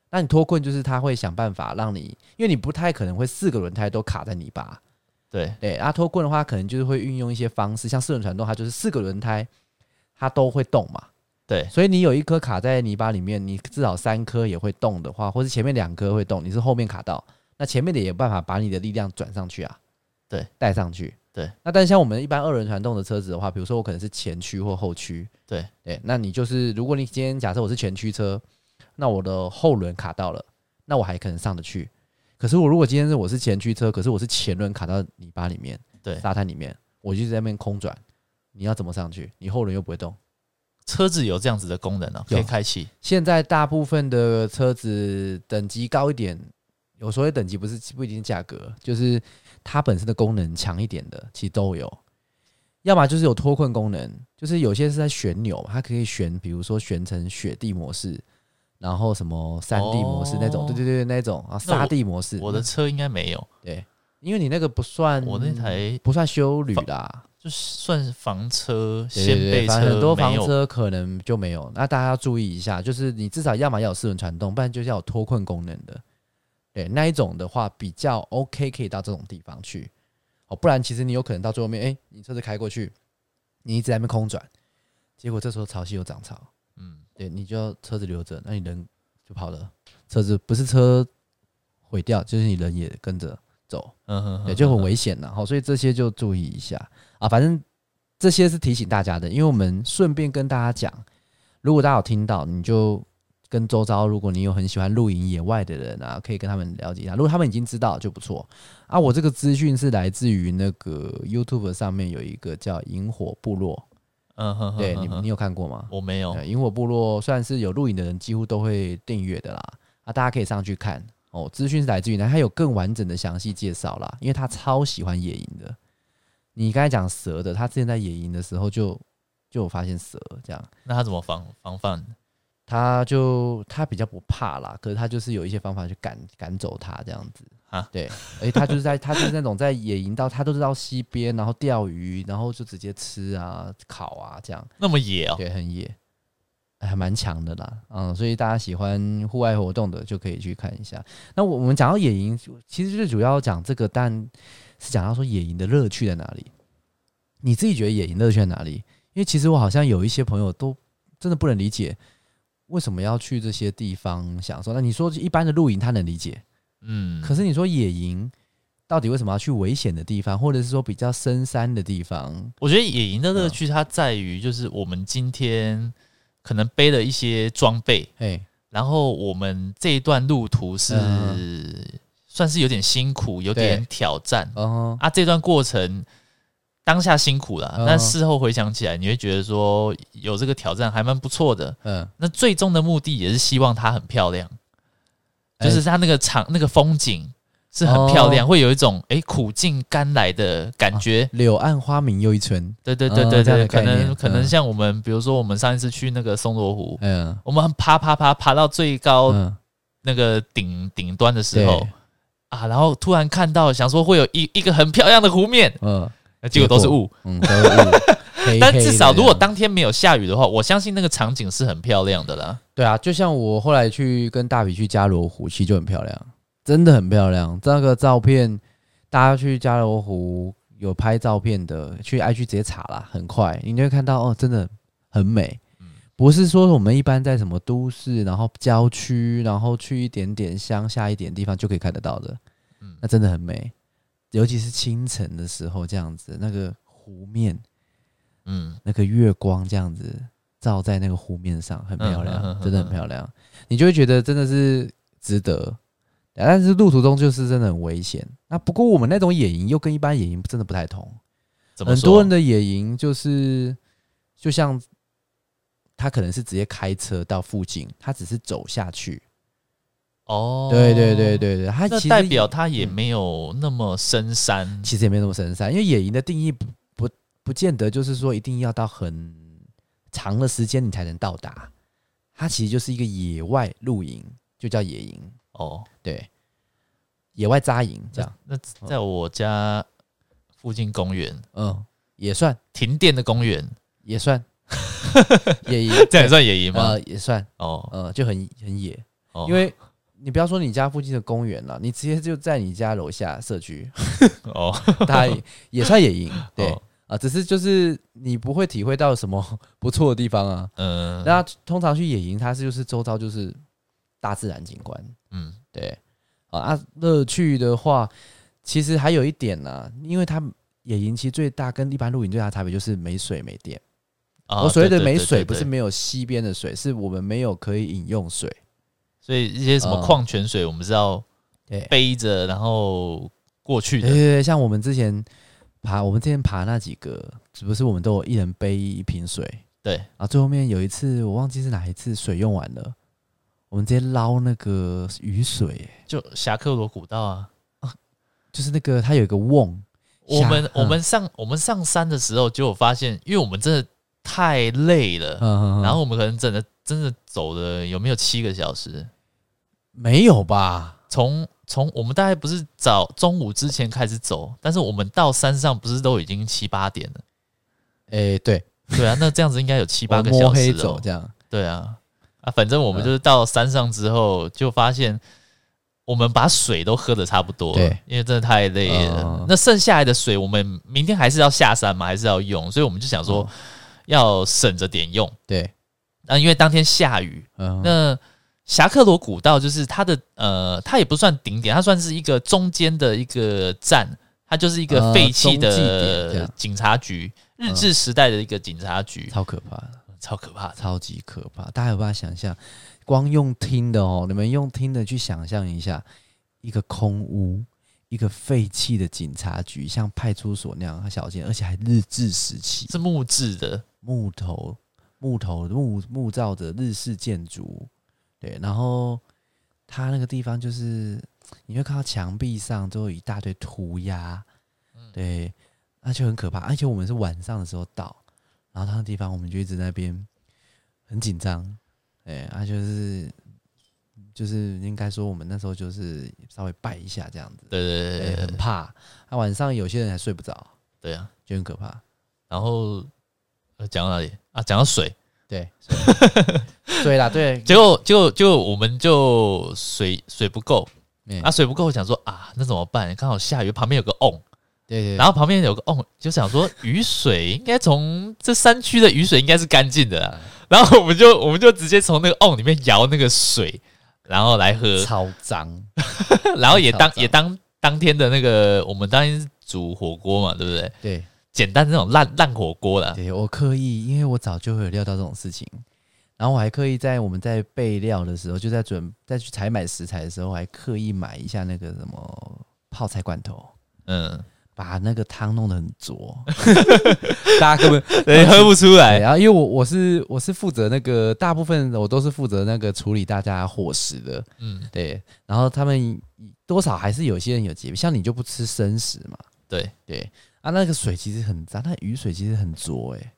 Speaker 2: 那你脱困就是它会想办法让你，因为你不太可能会四个轮胎都卡在泥巴，
Speaker 1: 对，
Speaker 2: 对，啊，脱棍的话，可能就是会运用一些方式，像四轮传动，它就是四个轮胎它都会动嘛。
Speaker 1: 对
Speaker 2: 所以你有一颗卡在泥巴里面，你至少三颗也会动的话，或是前面两颗会动，你是后面卡到，那前面的也有办法把你的力量转上去啊，
Speaker 1: 对，
Speaker 2: 带上去。
Speaker 1: 对，
Speaker 2: 那但像我们一般二轮传动的车子的话，比如说我可能是前驱或后驱，
Speaker 1: 对
Speaker 2: 对，那你就是如果你今天假设我是前驱车，那我的后轮卡到了，那我还可能上得去。可是我如果今天是我是前驱车，可是我是前轮卡到泥巴里面，
Speaker 1: 对
Speaker 2: 沙滩里面，我就在那边空转，你要怎么上去？你后轮又不会动。
Speaker 1: 车子有这样子的功能哦、
Speaker 2: 有
Speaker 1: 可以开启。
Speaker 2: 现在大部分的车子等级高一点，有所谓等级不是不一定价格，就是它本身的功能强一点的，其实都有。要么就是有脱困功能，就是有些是在旋钮，它可以旋，比如说旋成雪地模式，然后什么山地模式那种，
Speaker 1: 哦
Speaker 2: 对对对，那种啊
Speaker 1: 那我
Speaker 2: 沙地模式。
Speaker 1: 我的车应该没有，
Speaker 2: 对，因为你那个不算，
Speaker 1: 我那台
Speaker 2: 不算修旅啦，
Speaker 1: 就算是房车、
Speaker 2: 对
Speaker 1: 先
Speaker 2: 对
Speaker 1: 辈
Speaker 2: 对反
Speaker 1: 车，
Speaker 2: 正很多房
Speaker 1: 没有
Speaker 2: 车可能就没有。那大家要注意一下，就是你至少要么要有四轮传动，不然就是要有脱困功能的。对，那一种的话比较 OK，可以到这种地方去。哦，不然其实你有可能到最后面，哎、你车子开过去，你一直在那边空转，结果这时候潮汐又涨潮，
Speaker 1: 嗯，
Speaker 2: 对，你就要车子留着，那你人就跑了，车子不是车毁掉，就是你人也跟着走。
Speaker 1: 嗯哼哼
Speaker 2: 对，就很
Speaker 1: 哼
Speaker 2: 危险了。好，所以这些就注意一下啊。反正这些是提醒大家的，因为我们顺便跟大家讲，如果大家有听到，你就跟周遭，如果你有很喜欢露营野外的人啊，可以跟他们了解一下。如果他们已经知道就不错啊。我这个资讯是来自于那个 YouTube 上面有一个叫“萤火部落
Speaker 1: 嗯哼”，哼，
Speaker 2: 对
Speaker 1: 哼
Speaker 2: 你
Speaker 1: 哼
Speaker 2: 你有看过吗？
Speaker 1: 我没有，
Speaker 2: 对萤火部落算是有露营的人几乎都会订阅的啦，啊，大家可以上去看哦。资讯是来自于哪？它有更完整的详细介绍啦，因为他超喜欢野营的。你刚才讲蛇的，他之前在野营的时候就就有发现蛇，这样
Speaker 1: 那他怎么防防范？
Speaker 2: 他就他比较不怕啦，可是他就是有一些方法去赶赶走它这样子
Speaker 1: 啊
Speaker 2: 对，而且他就是在他就是那种在野营到他都是到溪边，然后钓鱼，然后就直接吃啊、烤啊这样。
Speaker 1: 那么野哦，
Speaker 2: 对，很野，还蛮强的啦。嗯，所以大家喜欢户外活动的就可以去看一下。那我我们讲到野营，其实最主要讲这个，但是讲到说野营的乐趣在哪里？你自己觉得野营乐趣在哪里？因为其实我好像有一些朋友都真的不能理解为什么要去这些地方享受。那你说一般的露营他能理解，
Speaker 1: 嗯，
Speaker 2: 可是你说野营到底为什么要去危险的地方，或者是说比较深山的地方？
Speaker 1: 我觉得野营的乐
Speaker 2: 嗯
Speaker 1: 趣它在于，就是我们今天可能背了一些装备，
Speaker 2: 嘿，
Speaker 1: 然后我们这一段路途是、算是有点辛苦，有点
Speaker 2: 嗯对
Speaker 1: 挑战
Speaker 2: 哦、
Speaker 1: 啊。这段过程当下辛苦了，
Speaker 2: 嗯
Speaker 1: 但事后回想起来，你会觉得说有这个挑战还蛮不错的。
Speaker 2: 嗯，
Speaker 1: 那最终的目的也是希望它很漂亮，就是
Speaker 2: 哎
Speaker 1: 它那个场、那个风景是很
Speaker 2: 哦
Speaker 1: 漂亮，会有一种诶苦尽甘来的感觉。
Speaker 2: 柳暗花明又一村。
Speaker 1: 对对对
Speaker 2: 哦
Speaker 1: 对
Speaker 2: 啊这
Speaker 1: 对，
Speaker 2: 样的
Speaker 1: 可
Speaker 2: 概念
Speaker 1: 能可能
Speaker 2: 嗯
Speaker 1: 像我们，比如说我们上一次去那个松罗湖，
Speaker 2: 嗯，
Speaker 1: 我们爬爬爬爬到最高
Speaker 2: 嗯，
Speaker 1: 那个顶顶端的时候
Speaker 2: 对
Speaker 1: 啊，然后突然看到想说会有一一个很漂亮的湖面，
Speaker 2: 嗯
Speaker 1: 呃结果都是雾。
Speaker 2: 嗯，都是雾黑
Speaker 1: 但
Speaker 2: 黑
Speaker 1: 至
Speaker 2: 的
Speaker 1: 少
Speaker 2: 这
Speaker 1: 如果
Speaker 2: 样
Speaker 1: 当天没有下雨的话，我相信那个场景是很漂亮的啦。
Speaker 2: 对啊，就像我后来去跟大比去加罗湖，其实就很漂亮，真的很漂亮。这个照片，大家去加罗湖有拍照片的，去 IG 直接查啦，很快你就会看到哦，真的很美。不是说我们一般在什么都市，然后郊区，然后去一点点乡下一点地方就可以看得到的，
Speaker 1: 嗯
Speaker 2: 那真的很美。尤其是清晨的时候，这样子那个湖面，
Speaker 1: 嗯，
Speaker 2: 那个月光这样子照在那个湖面上，很漂亮，
Speaker 1: 嗯嗯嗯嗯
Speaker 2: 真的很漂亮。你就会觉得真的是值得，但是路途中就是真的很危险。那不过我们那种野营又跟一般野营真的不太同，
Speaker 1: 怎么
Speaker 2: 很
Speaker 1: 说？
Speaker 2: 多人的野营就是就像他可能是直接开车到附近，他只是走下去。
Speaker 1: 哦，
Speaker 2: 对对对，对对，他
Speaker 1: 那
Speaker 2: 其实
Speaker 1: 代表它也
Speaker 2: 嗯
Speaker 1: 没有那么深山。
Speaker 2: 其实也没那么深山，因为野营的定义不不不见得就是说一定要到很长的时间你才能到达，它其实就是一个野外露营，就叫野营，
Speaker 1: 哦，
Speaker 2: 对，野外扎营这样，
Speaker 1: 那在我家附近公园，
Speaker 2: 嗯，也算
Speaker 1: 停电的公园，
Speaker 2: 也算野营，
Speaker 1: 这样也算野营吗？
Speaker 2: 呃也算
Speaker 1: 哦，
Speaker 2: 呃就很很野，
Speaker 1: 哦
Speaker 2: 因为你不要说你家附近的公园了，你直接就在你家楼下 社区，
Speaker 1: 哦，
Speaker 2: 它也也算野营，对啊
Speaker 1: 哦、
Speaker 2: 只是就是你不会体会到什么 不错的地方啊。
Speaker 1: 嗯，
Speaker 2: 那通常去野营，它是就是周遭就是大自然景观，哦
Speaker 1: 嗯，
Speaker 2: 对啊。啊乐趣的话，其实还有一点呢、因为它野营其实最大跟一般露营最大的差别就是没水没电。
Speaker 1: 啊
Speaker 2: 我所谓的
Speaker 1: 对对
Speaker 2: 没
Speaker 1: 对
Speaker 2: 水，
Speaker 1: 对
Speaker 2: 不是
Speaker 1: 对
Speaker 2: 没有溪边的水，是我们没有可以饮用水。
Speaker 1: 所以一些什么
Speaker 2: 嗯
Speaker 1: 矿泉水，我们是要
Speaker 2: 对
Speaker 1: 背着然后过去
Speaker 2: 对对
Speaker 1: 的。
Speaker 2: 对，像我们之前爬，我们之前爬那几个，只不是我们都有一人背一瓶水。
Speaker 1: 对
Speaker 2: 然后最后面有一次，我忘记是哪一次，水用完了，我们直接捞那个雨水，
Speaker 1: 就侠客罗古道啊，
Speaker 2: 就是那个它有一个瓮，
Speaker 1: 我们
Speaker 2: 侠
Speaker 1: 我们上我们上山的时候，结果发现，因为我们真的太累了，
Speaker 2: 嗯，
Speaker 1: 然后我们可能真的真的走了有没有七个小时？
Speaker 2: 没有吧？
Speaker 1: 从从我们大概不是早中午之前开始走，但是我们到山上不是都已经七八点了？
Speaker 2: 哎、对，
Speaker 1: 对啊，那这样子应该有七
Speaker 2: 一
Speaker 1: 八个
Speaker 2: 摸
Speaker 1: 小
Speaker 2: 黑
Speaker 1: 时了
Speaker 2: 走
Speaker 1: 哦。
Speaker 2: 这样，
Speaker 1: 对啊，啊，反正我们就是到山上之后，就发现我们把水都喝的差不多了
Speaker 2: 对，
Speaker 1: 因为真的太累了。
Speaker 2: 嗯
Speaker 1: 那剩下来的水，我们明天还是要下山嘛，还是要用，所以我们就想说
Speaker 2: 嗯
Speaker 1: 要省着点用。
Speaker 2: 对，
Speaker 1: 那、因为当天下雨，
Speaker 2: 嗯，
Speaker 1: 那侠客罗古道就是它的呃，它也不算顶点，它算是一个中间的一个站，它就是一个
Speaker 2: 呃
Speaker 1: 废弃
Speaker 2: 中继点这
Speaker 1: 的
Speaker 2: 样
Speaker 1: 警察局，日
Speaker 2: 嗯
Speaker 1: 治时代的一个警察局，
Speaker 2: 超可怕的，
Speaker 1: 超可怕的。
Speaker 2: 超级可怕，大家有办法想象？光用听的哦，你们用听的去想象一下，一个空屋，一个废弃的警察局，像派出所那样，它小间，而且还日治时期，
Speaker 1: 是木质的，
Speaker 2: 木头、木头、木木造的日式建筑，对，然后它那个地方就是你会看到墙壁上都有一大堆涂鸦，对，那就很可怕。而且我们是晚上的时候到，然后它那地方我们就一直在那边很紧张，对，啊就是就是应该说我们那时候就是稍微拜一下这样子，
Speaker 1: 对对对
Speaker 2: 对，
Speaker 1: 对
Speaker 2: 很怕。啊，晚上有些人还睡不着，
Speaker 1: 对啊。
Speaker 2: 就很可怕。
Speaker 1: 然后呃讲到哪里啊？讲到水，
Speaker 2: 对， 对啦，对，
Speaker 1: 结果结果结果我们就水水不够
Speaker 2: 嗯
Speaker 1: 啊，水不够，我想说啊，那怎么办？刚好下雨，旁边有个瓮，
Speaker 2: 对对，
Speaker 1: 然后旁边有个瓮，就想说雨水应该从这山区的雨水应该是干净的
Speaker 2: 嗯
Speaker 1: 啦， 然后我们就我们就直接从那个瓮里面舀那个水，然后来喝，
Speaker 2: 超 脏，
Speaker 1: 然后也当
Speaker 2: 超脏
Speaker 1: 也当当天的那个我们当天是煮火锅嘛，对不对？
Speaker 2: 对
Speaker 1: 简单那种烂烂火锅啦，
Speaker 2: 对，我刻意，因为我早就会有料到这种事情，然后我还刻意在我们在备料的时候，就在准在去采买食材的时候，我还刻意买一下那个什么泡菜罐头，
Speaker 1: 嗯，
Speaker 2: 把那个汤弄得很 浊，大家根本
Speaker 1: 对，喝不出来
Speaker 2: 对，，然啊后因为我我是我是负责那个大部分我都是负责那个处理大家伙食的，
Speaker 1: 嗯，
Speaker 2: 对，然后他们多少还是有些人有洁癖，像你就不吃生食嘛，
Speaker 1: 对。
Speaker 2: 对啊，那个水其实很脏，那雨水其实很浊哎、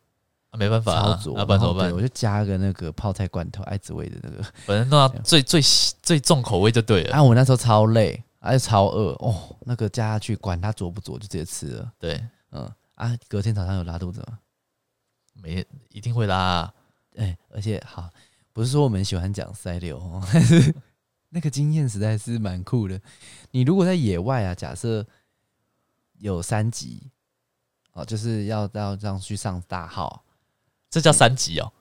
Speaker 1: 啊、没办法、
Speaker 2: 超
Speaker 1: 啊，
Speaker 2: 浊，
Speaker 1: 啊，不然怎
Speaker 2: 后
Speaker 1: 么办
Speaker 2: 对？我就加个那个泡菜罐头，爱滋味的那个。
Speaker 1: 反正弄到最最最重口味就对了。
Speaker 2: 啊，我那时候超累，而、且超饿哦，那个加下去，管它浊不浊，就直接吃了。
Speaker 1: 对，
Speaker 2: 嗯啊，隔天早上有拉肚子吗？
Speaker 1: 没一定会啦、啊
Speaker 2: 哎、而且好，不是说我们喜欢讲塞流哦， 但是那个经验实在是蛮酷的。你如果在野外啊，假设有三级哦，就是要要这样去上大号，
Speaker 1: 这叫三级哦。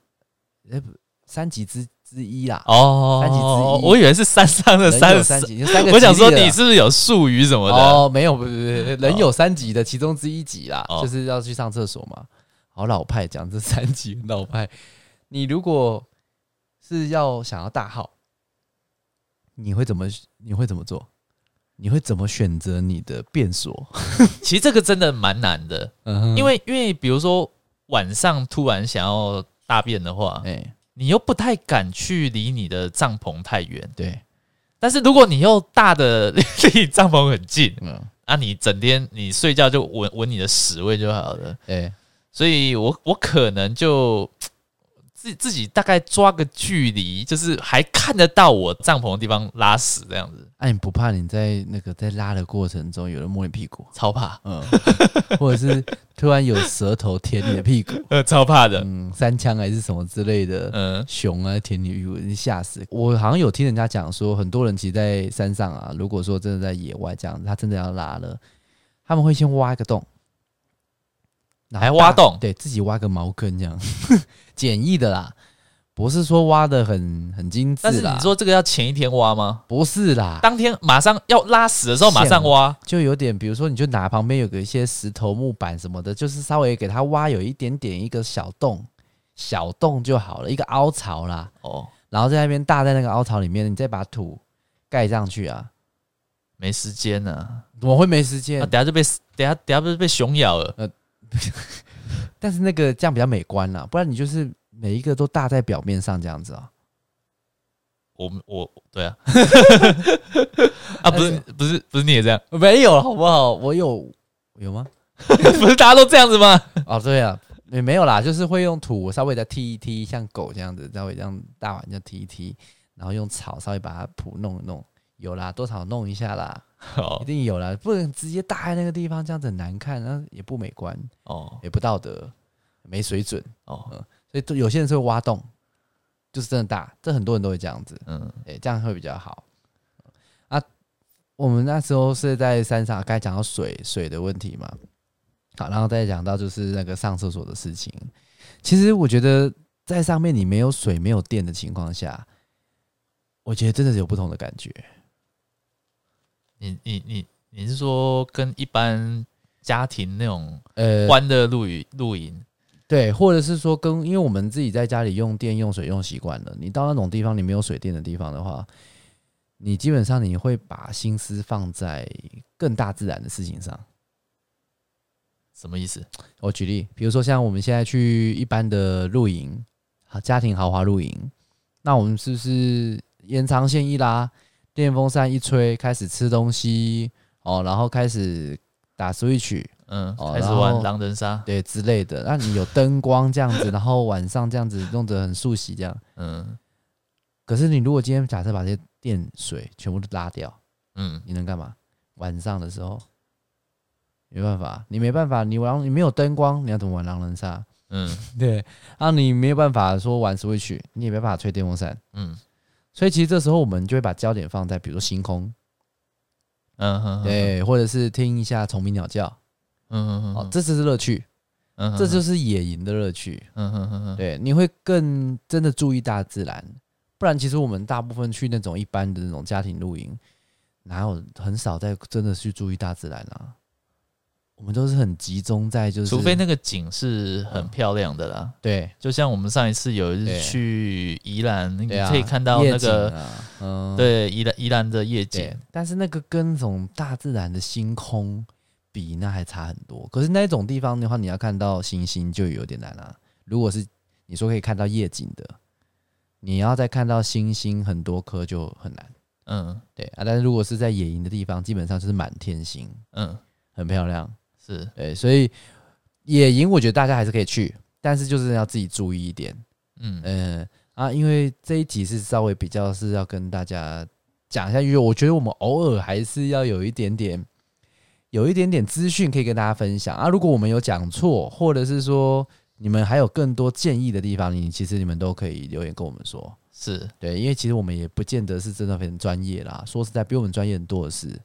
Speaker 2: 三级之之一啦。
Speaker 1: 哦，
Speaker 2: 三级之一
Speaker 1: 我以为是山上的
Speaker 2: 人有
Speaker 1: 三
Speaker 2: 三级，就三个
Speaker 1: 我想
Speaker 2: 级别
Speaker 1: 说
Speaker 2: 的啦
Speaker 1: 你是不是有术语什么的？
Speaker 2: 哦，没有，不不不，人有三级的其中之一级啦，
Speaker 1: 哦
Speaker 2: 就是要去上厕所嘛。好老派，讲这三级很老派。你如果是要想要大号，你会怎么你会怎么做？你会怎么选择你的便所？
Speaker 1: 其实这个真的蛮难的，
Speaker 2: 嗯
Speaker 1: 因为因为比如说晚上突然想要大便的话，
Speaker 2: 哎、
Speaker 1: 你又不太敢去离你的帐篷太远。
Speaker 2: 对，
Speaker 1: 但是如果你又大的 离帐篷很近，
Speaker 2: 嗯，
Speaker 1: 啊，你整天你睡觉就闻闻你的屎味就好了。
Speaker 2: 哎、
Speaker 1: 所以我我可能就自自己大概抓个距离，就是还看得到我帐篷的地方拉屎这样子，
Speaker 2: 哎、你不怕你在那个在拉的过程中有人摸你屁股，
Speaker 1: 超怕，
Speaker 2: 嗯，或者是突然有舌头舔你的屁股，
Speaker 1: 呃，超怕的，
Speaker 2: 嗯，三枪还是什么之类的，
Speaker 1: 嗯、
Speaker 2: 熊啊，田里鱼，你吓死！我好像有听人家讲说，很多人其实，在山上啊，如果说真的在野外这样，他真的要拉了，他们会先挖一个洞，然后
Speaker 1: 还挖
Speaker 2: 大
Speaker 1: 洞
Speaker 2: 对自己挖个茅坑这样，简易的啦，不是说挖的很很精致
Speaker 1: 但是
Speaker 2: 啦
Speaker 1: 你，说这个要前一天挖吗？
Speaker 2: 不是啦，
Speaker 1: 当天马上要拉屎的时候马上挖，
Speaker 2: 就有点，比如说，你就拿旁边有个一些石头、木板什么的，就是稍微给它挖有一点点一个小洞，小洞就好了，一个凹槽啦，
Speaker 1: 哦，
Speaker 2: 然后在那边搭在那个凹槽里面，你再把土盖上去啊。
Speaker 1: 没时间呢、啊，
Speaker 2: 怎么会没时间？
Speaker 1: 等下就被等下等下不是被熊咬了？
Speaker 2: 但是那个这样比较美观啦，不然你就是每一个都搭在表面上这样子啊。
Speaker 1: 我们我对啊，啊不是不是不是你也这样，
Speaker 2: 没有，好不好？我有有 吗？
Speaker 1: 不是大家都这样子吗？
Speaker 2: 哦，对啊，也没有啦，就是会用土稍微再踢一踢，像狗这样子，稍微这样大碗这样踢一踢，然后用草稍微把它铺弄一弄，有啦，多少弄一下啦，一
Speaker 1: 好
Speaker 2: 定有啦，不能直接搭在那个地方，这样子很难看，那也不美观，
Speaker 1: 哦
Speaker 2: 也不道德，没水准，
Speaker 1: 哦
Speaker 2: 所以都有些人是会挖洞，就是真的大，这很多人都会这样子，
Speaker 1: 嗯
Speaker 2: 对，这样会比较好。啊，我们那时候是在山上，刚才讲到水水的问题嘛，好，然后再讲到就是那个上厕所的事情。其实我觉得在上面你没有水、没有电的情况下，我觉得真的是有不同的感觉。
Speaker 1: 你你你你是说跟一般家庭那种
Speaker 2: 呃，
Speaker 1: 欢乐露营露营？
Speaker 2: 对，或者是说跟，因为我们自己在家里用电、用水用习惯了，你到那种地方你没有水电的地方的话，你基本上你会把心思放在更大自然的事情上。
Speaker 1: 什么意思？
Speaker 2: 我举例，比如说像我们现在去一般的露营，好家庭豪华露营，那我们是不是延长线一拉，电风扇一吹，开始吃东西哦，然后开始打 Switch，
Speaker 1: 嗯，
Speaker 2: 哦
Speaker 1: 开始
Speaker 2: 然后
Speaker 1: 玩狼人杀。
Speaker 2: 对之类的。那你有灯光这样子，然后晚上这样子弄得很熟悉这样。
Speaker 1: 嗯
Speaker 2: 可是你如果今天假设把这些电水全部都拉掉，
Speaker 1: 嗯，
Speaker 2: 你能干嘛？晚上的时候没办法，你没办法，你玩你没有灯光，你要怎么玩狼人杀？
Speaker 1: 嗯
Speaker 2: 对，啊，你没有办法说玩 Switch，你也没办法吹电风扇，
Speaker 1: 嗯
Speaker 2: 所以其实这时候我们就会把焦点放在比如说星空，
Speaker 1: 嗯哼，
Speaker 2: 对，或者是听一下虫鸣鸟叫，
Speaker 1: 嗯，嗯
Speaker 2: 哦，这就是乐趣，
Speaker 1: 嗯
Speaker 2: 这就是野营的乐趣，
Speaker 1: 嗯嗯嗯嗯
Speaker 2: 对，你会更真的注意大自然，不然其实我们大部分去那种一般的那种家庭露营，哪有很少在真的去注意大自然啊？我们都是很集中在就是，
Speaker 1: 除非那个景是很漂亮的啦。
Speaker 2: 对
Speaker 1: 就像我们上一次有一
Speaker 2: 对
Speaker 1: 次去宜兰，你
Speaker 2: 对啊，
Speaker 1: 可以看到
Speaker 2: 夜
Speaker 1: 那
Speaker 2: 景
Speaker 1: 个
Speaker 2: 啊，嗯，
Speaker 1: 对宜兰宜兰的夜
Speaker 2: 对
Speaker 1: 景，，
Speaker 2: 但是那个跟那种大自然的星空比，那还差很多。可是那种地方的话，你要看到星星就有点难啦、啊如果是你说可以看到夜景的，你要再看到星星很多颗就很难。
Speaker 1: 嗯
Speaker 2: 对啊，但是如果是在野营的地方，基本上就是满天星，
Speaker 1: 嗯
Speaker 2: 很漂亮。
Speaker 1: 是
Speaker 2: 对，所以野营我觉得大家还是可以去，但是就是要自己注意一点。
Speaker 1: 嗯
Speaker 2: 嗯啊，因为这一集是稍微比较是要跟大家讲一下，因为我觉得我们偶尔还是要有一点点，有一点点资讯可以跟大家分享啊。如果我们有讲错，或者是说你们还有更多建议的地方，你其实你们都可以留言跟我们说。
Speaker 1: 是
Speaker 2: 对，因为其实我们也不见得是真的很专业啦，说实在，比我们专业很多的是。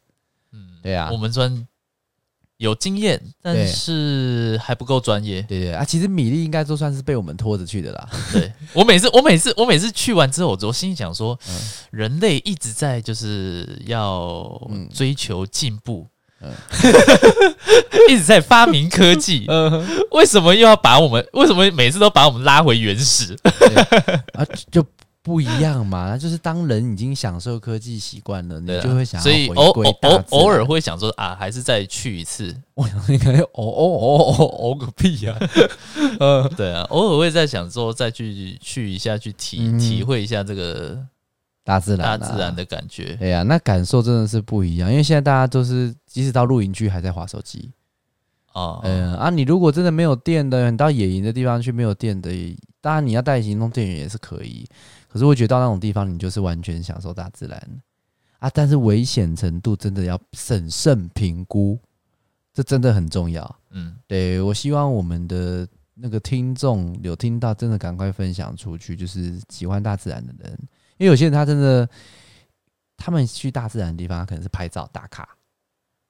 Speaker 1: 嗯
Speaker 2: 对啊
Speaker 1: 我们专有经验，但
Speaker 2: 对
Speaker 1: 是还不够专业。
Speaker 2: 对对啊，其实米粒应该都算是被我们拖着去的啦。
Speaker 1: 对我每次，我每次，我每次去完之后，我我心里想说，
Speaker 2: 嗯
Speaker 1: 人类一直在就是要
Speaker 2: 嗯
Speaker 1: 追求进步，
Speaker 2: 嗯
Speaker 1: 一直在发明科 技，
Speaker 2: 嗯
Speaker 1: 为什么又要把我们？为什么每次都把我们拉回原始？
Speaker 2: 啊，就不一样嘛。就是当人已经享受科技习惯了，你
Speaker 1: 对啊
Speaker 2: 就会想要
Speaker 1: 所以
Speaker 2: 回
Speaker 1: 偶
Speaker 2: 归
Speaker 1: 偶
Speaker 2: 大
Speaker 1: 偶
Speaker 2: 自然
Speaker 1: 偶尔，会想说啊，还是再去一 次。
Speaker 2: 我想应该偶偶偶偶哦偶个屁 呀、呃，
Speaker 1: 对啊，偶尔会在想说再去去一下，去体、
Speaker 2: 嗯
Speaker 1: 体会一下这个
Speaker 2: 大自然、啊
Speaker 1: 大自然。的感觉。
Speaker 2: 对啊呀、那感受真的是不一样，因为现在大家都是，即使到露营区还在划手机。
Speaker 1: 哦，
Speaker 2: 嗯、啊，你如果真的没有电的，你到野营的地方去没有电的，当然你要带行动电源也是可以。可是我觉得到那种地方，你就是完全享受大自然啊，但是危险程度真的要审慎评估，这真的很重要。
Speaker 1: 嗯，
Speaker 2: 对我希望我们的那个听众有听到，真的赶快分享出去，就是喜欢大自然的人，因为有些人他真的，他们去大自然的地方，他可能是拍照打卡，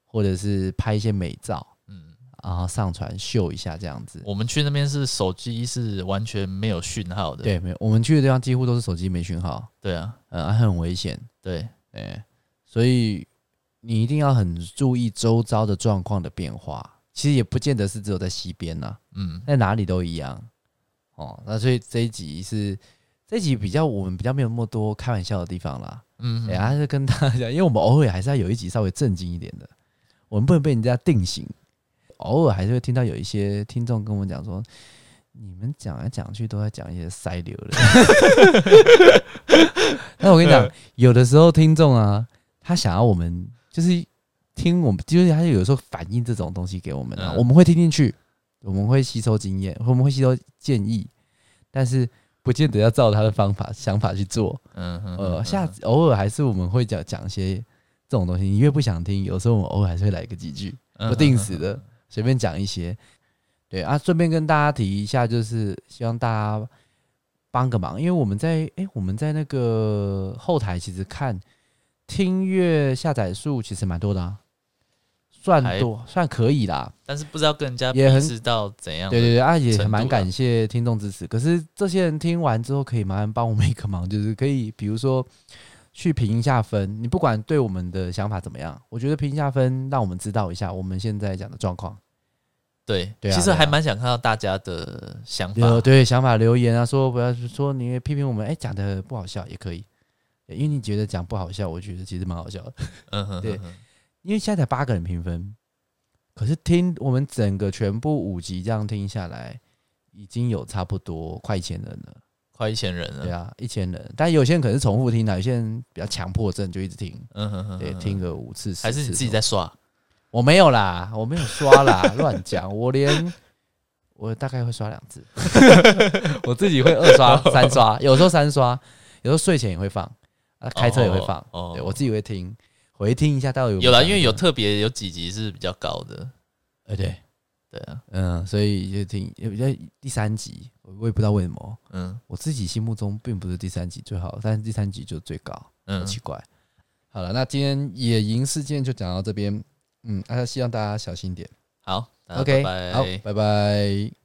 Speaker 2: 或者是拍一些美照
Speaker 1: 嗯
Speaker 2: 然后上传秀一下这样子。
Speaker 1: 我们去那边是手机是完全没有讯号的，
Speaker 2: 对，没有，我们去的地方几乎都是手机没讯号，
Speaker 1: 对啊，
Speaker 2: 呃，啊很危险，
Speaker 1: 对，
Speaker 2: 哎、所以你一定要很注意周遭的状况的变化。其实也不见得是只有在西边呐、
Speaker 1: 嗯，
Speaker 2: 在哪里都一样。哦，那所以这一集是这一集比较我们比较没有那么多开玩笑的地方啦。
Speaker 1: 嗯，
Speaker 2: 哎、还是跟大家讲，因为我们偶尔还是要有一集稍微正经一点的，我们不能被人家定型。偶尔还是会听到有一些听众跟我讲说，你们讲来讲去都在讲一些塞流的。 那我跟你
Speaker 1: 嗯
Speaker 2: 讲，有的时候听众啊，他想要我们就是听我们，就是他有时候反映这种东西给我们啊，
Speaker 1: 嗯
Speaker 2: 我们会听进去，我们会吸收经验，我们会吸收建议，但是不见得要照他的方法想法去做。
Speaker 1: 嗯哼，
Speaker 2: 呃，
Speaker 1: 嗯
Speaker 2: 下次偶尔还是我们会讲讲一些这种东西，你越不想听，有时候我们偶尔还是会来个几句，
Speaker 1: 嗯
Speaker 2: 不定时，的随便讲一些。对啊，顺便跟大家提一下，就是希望大家帮个忙，因为我们在诶，我们在那个后台其实看听乐下载数其实蛮多的啊，算
Speaker 1: 还
Speaker 2: 多算可以啦。
Speaker 1: 嗯但是不知道跟人家
Speaker 2: 也很
Speaker 1: 知道怎样的，
Speaker 2: 对对对，啊，也
Speaker 1: 程度
Speaker 2: 蛮
Speaker 1: 啦
Speaker 2: 感谢听众支持。可是这些人听完之后，可以麻烦帮我们一个忙，就是可以比如说去评一下分，你不管对我们的想法怎么样，我觉得评一下分，让我们知道一下我们现在讲的状况。
Speaker 1: 对
Speaker 2: 对啊
Speaker 1: 其实还
Speaker 2: 对啊
Speaker 1: 蛮想看到大家的想法，
Speaker 2: 有对想法留言啊，说不要说你批评我们，哎，讲的不好笑也可以，因为你觉得讲不好笑，我觉得其实蛮好笑的。
Speaker 1: 嗯哼，
Speaker 2: 对
Speaker 1: 嗯哼
Speaker 2: 因为现在才八个人评分，可是听我们整个全部五集这样听下来，已经有差不多快一千人了。
Speaker 1: 快一千人了，
Speaker 2: 对啊，一千人，但有些人可能是重复听的，有些人比较强迫症就一直听，
Speaker 1: 嗯哼哼，
Speaker 2: 对，
Speaker 1: 哼
Speaker 2: 听个五次、
Speaker 1: 还是你
Speaker 2: 10次
Speaker 1: 自己在？刷，
Speaker 2: 我没有啦，我没有刷啦， 乱讲，我连我大概会刷两 次，我自己会二刷、三刷，有时候三刷，有时候睡前也会放，啊，开车也会放，
Speaker 1: 哦
Speaker 2: 对我自己会听，回听一下到底有没
Speaker 1: 有啦，
Speaker 2: 讲
Speaker 1: 因为有
Speaker 2: 什么，
Speaker 1: 特别有几集是比较高的，
Speaker 2: 呃，对，
Speaker 1: 对啊，
Speaker 2: 嗯，所以就听，也比较第三集，我我也不知道为什么，
Speaker 1: 嗯
Speaker 2: 我自己心目中并不是第三集最好，但是第三集就最高。很
Speaker 1: 嗯，
Speaker 2: 奇怪。好了，那今天野营事件就讲到这边，嗯，啊，希望大家小心一点。
Speaker 1: 好大家
Speaker 2: OK，
Speaker 1: 拜拜
Speaker 2: 好，拜拜。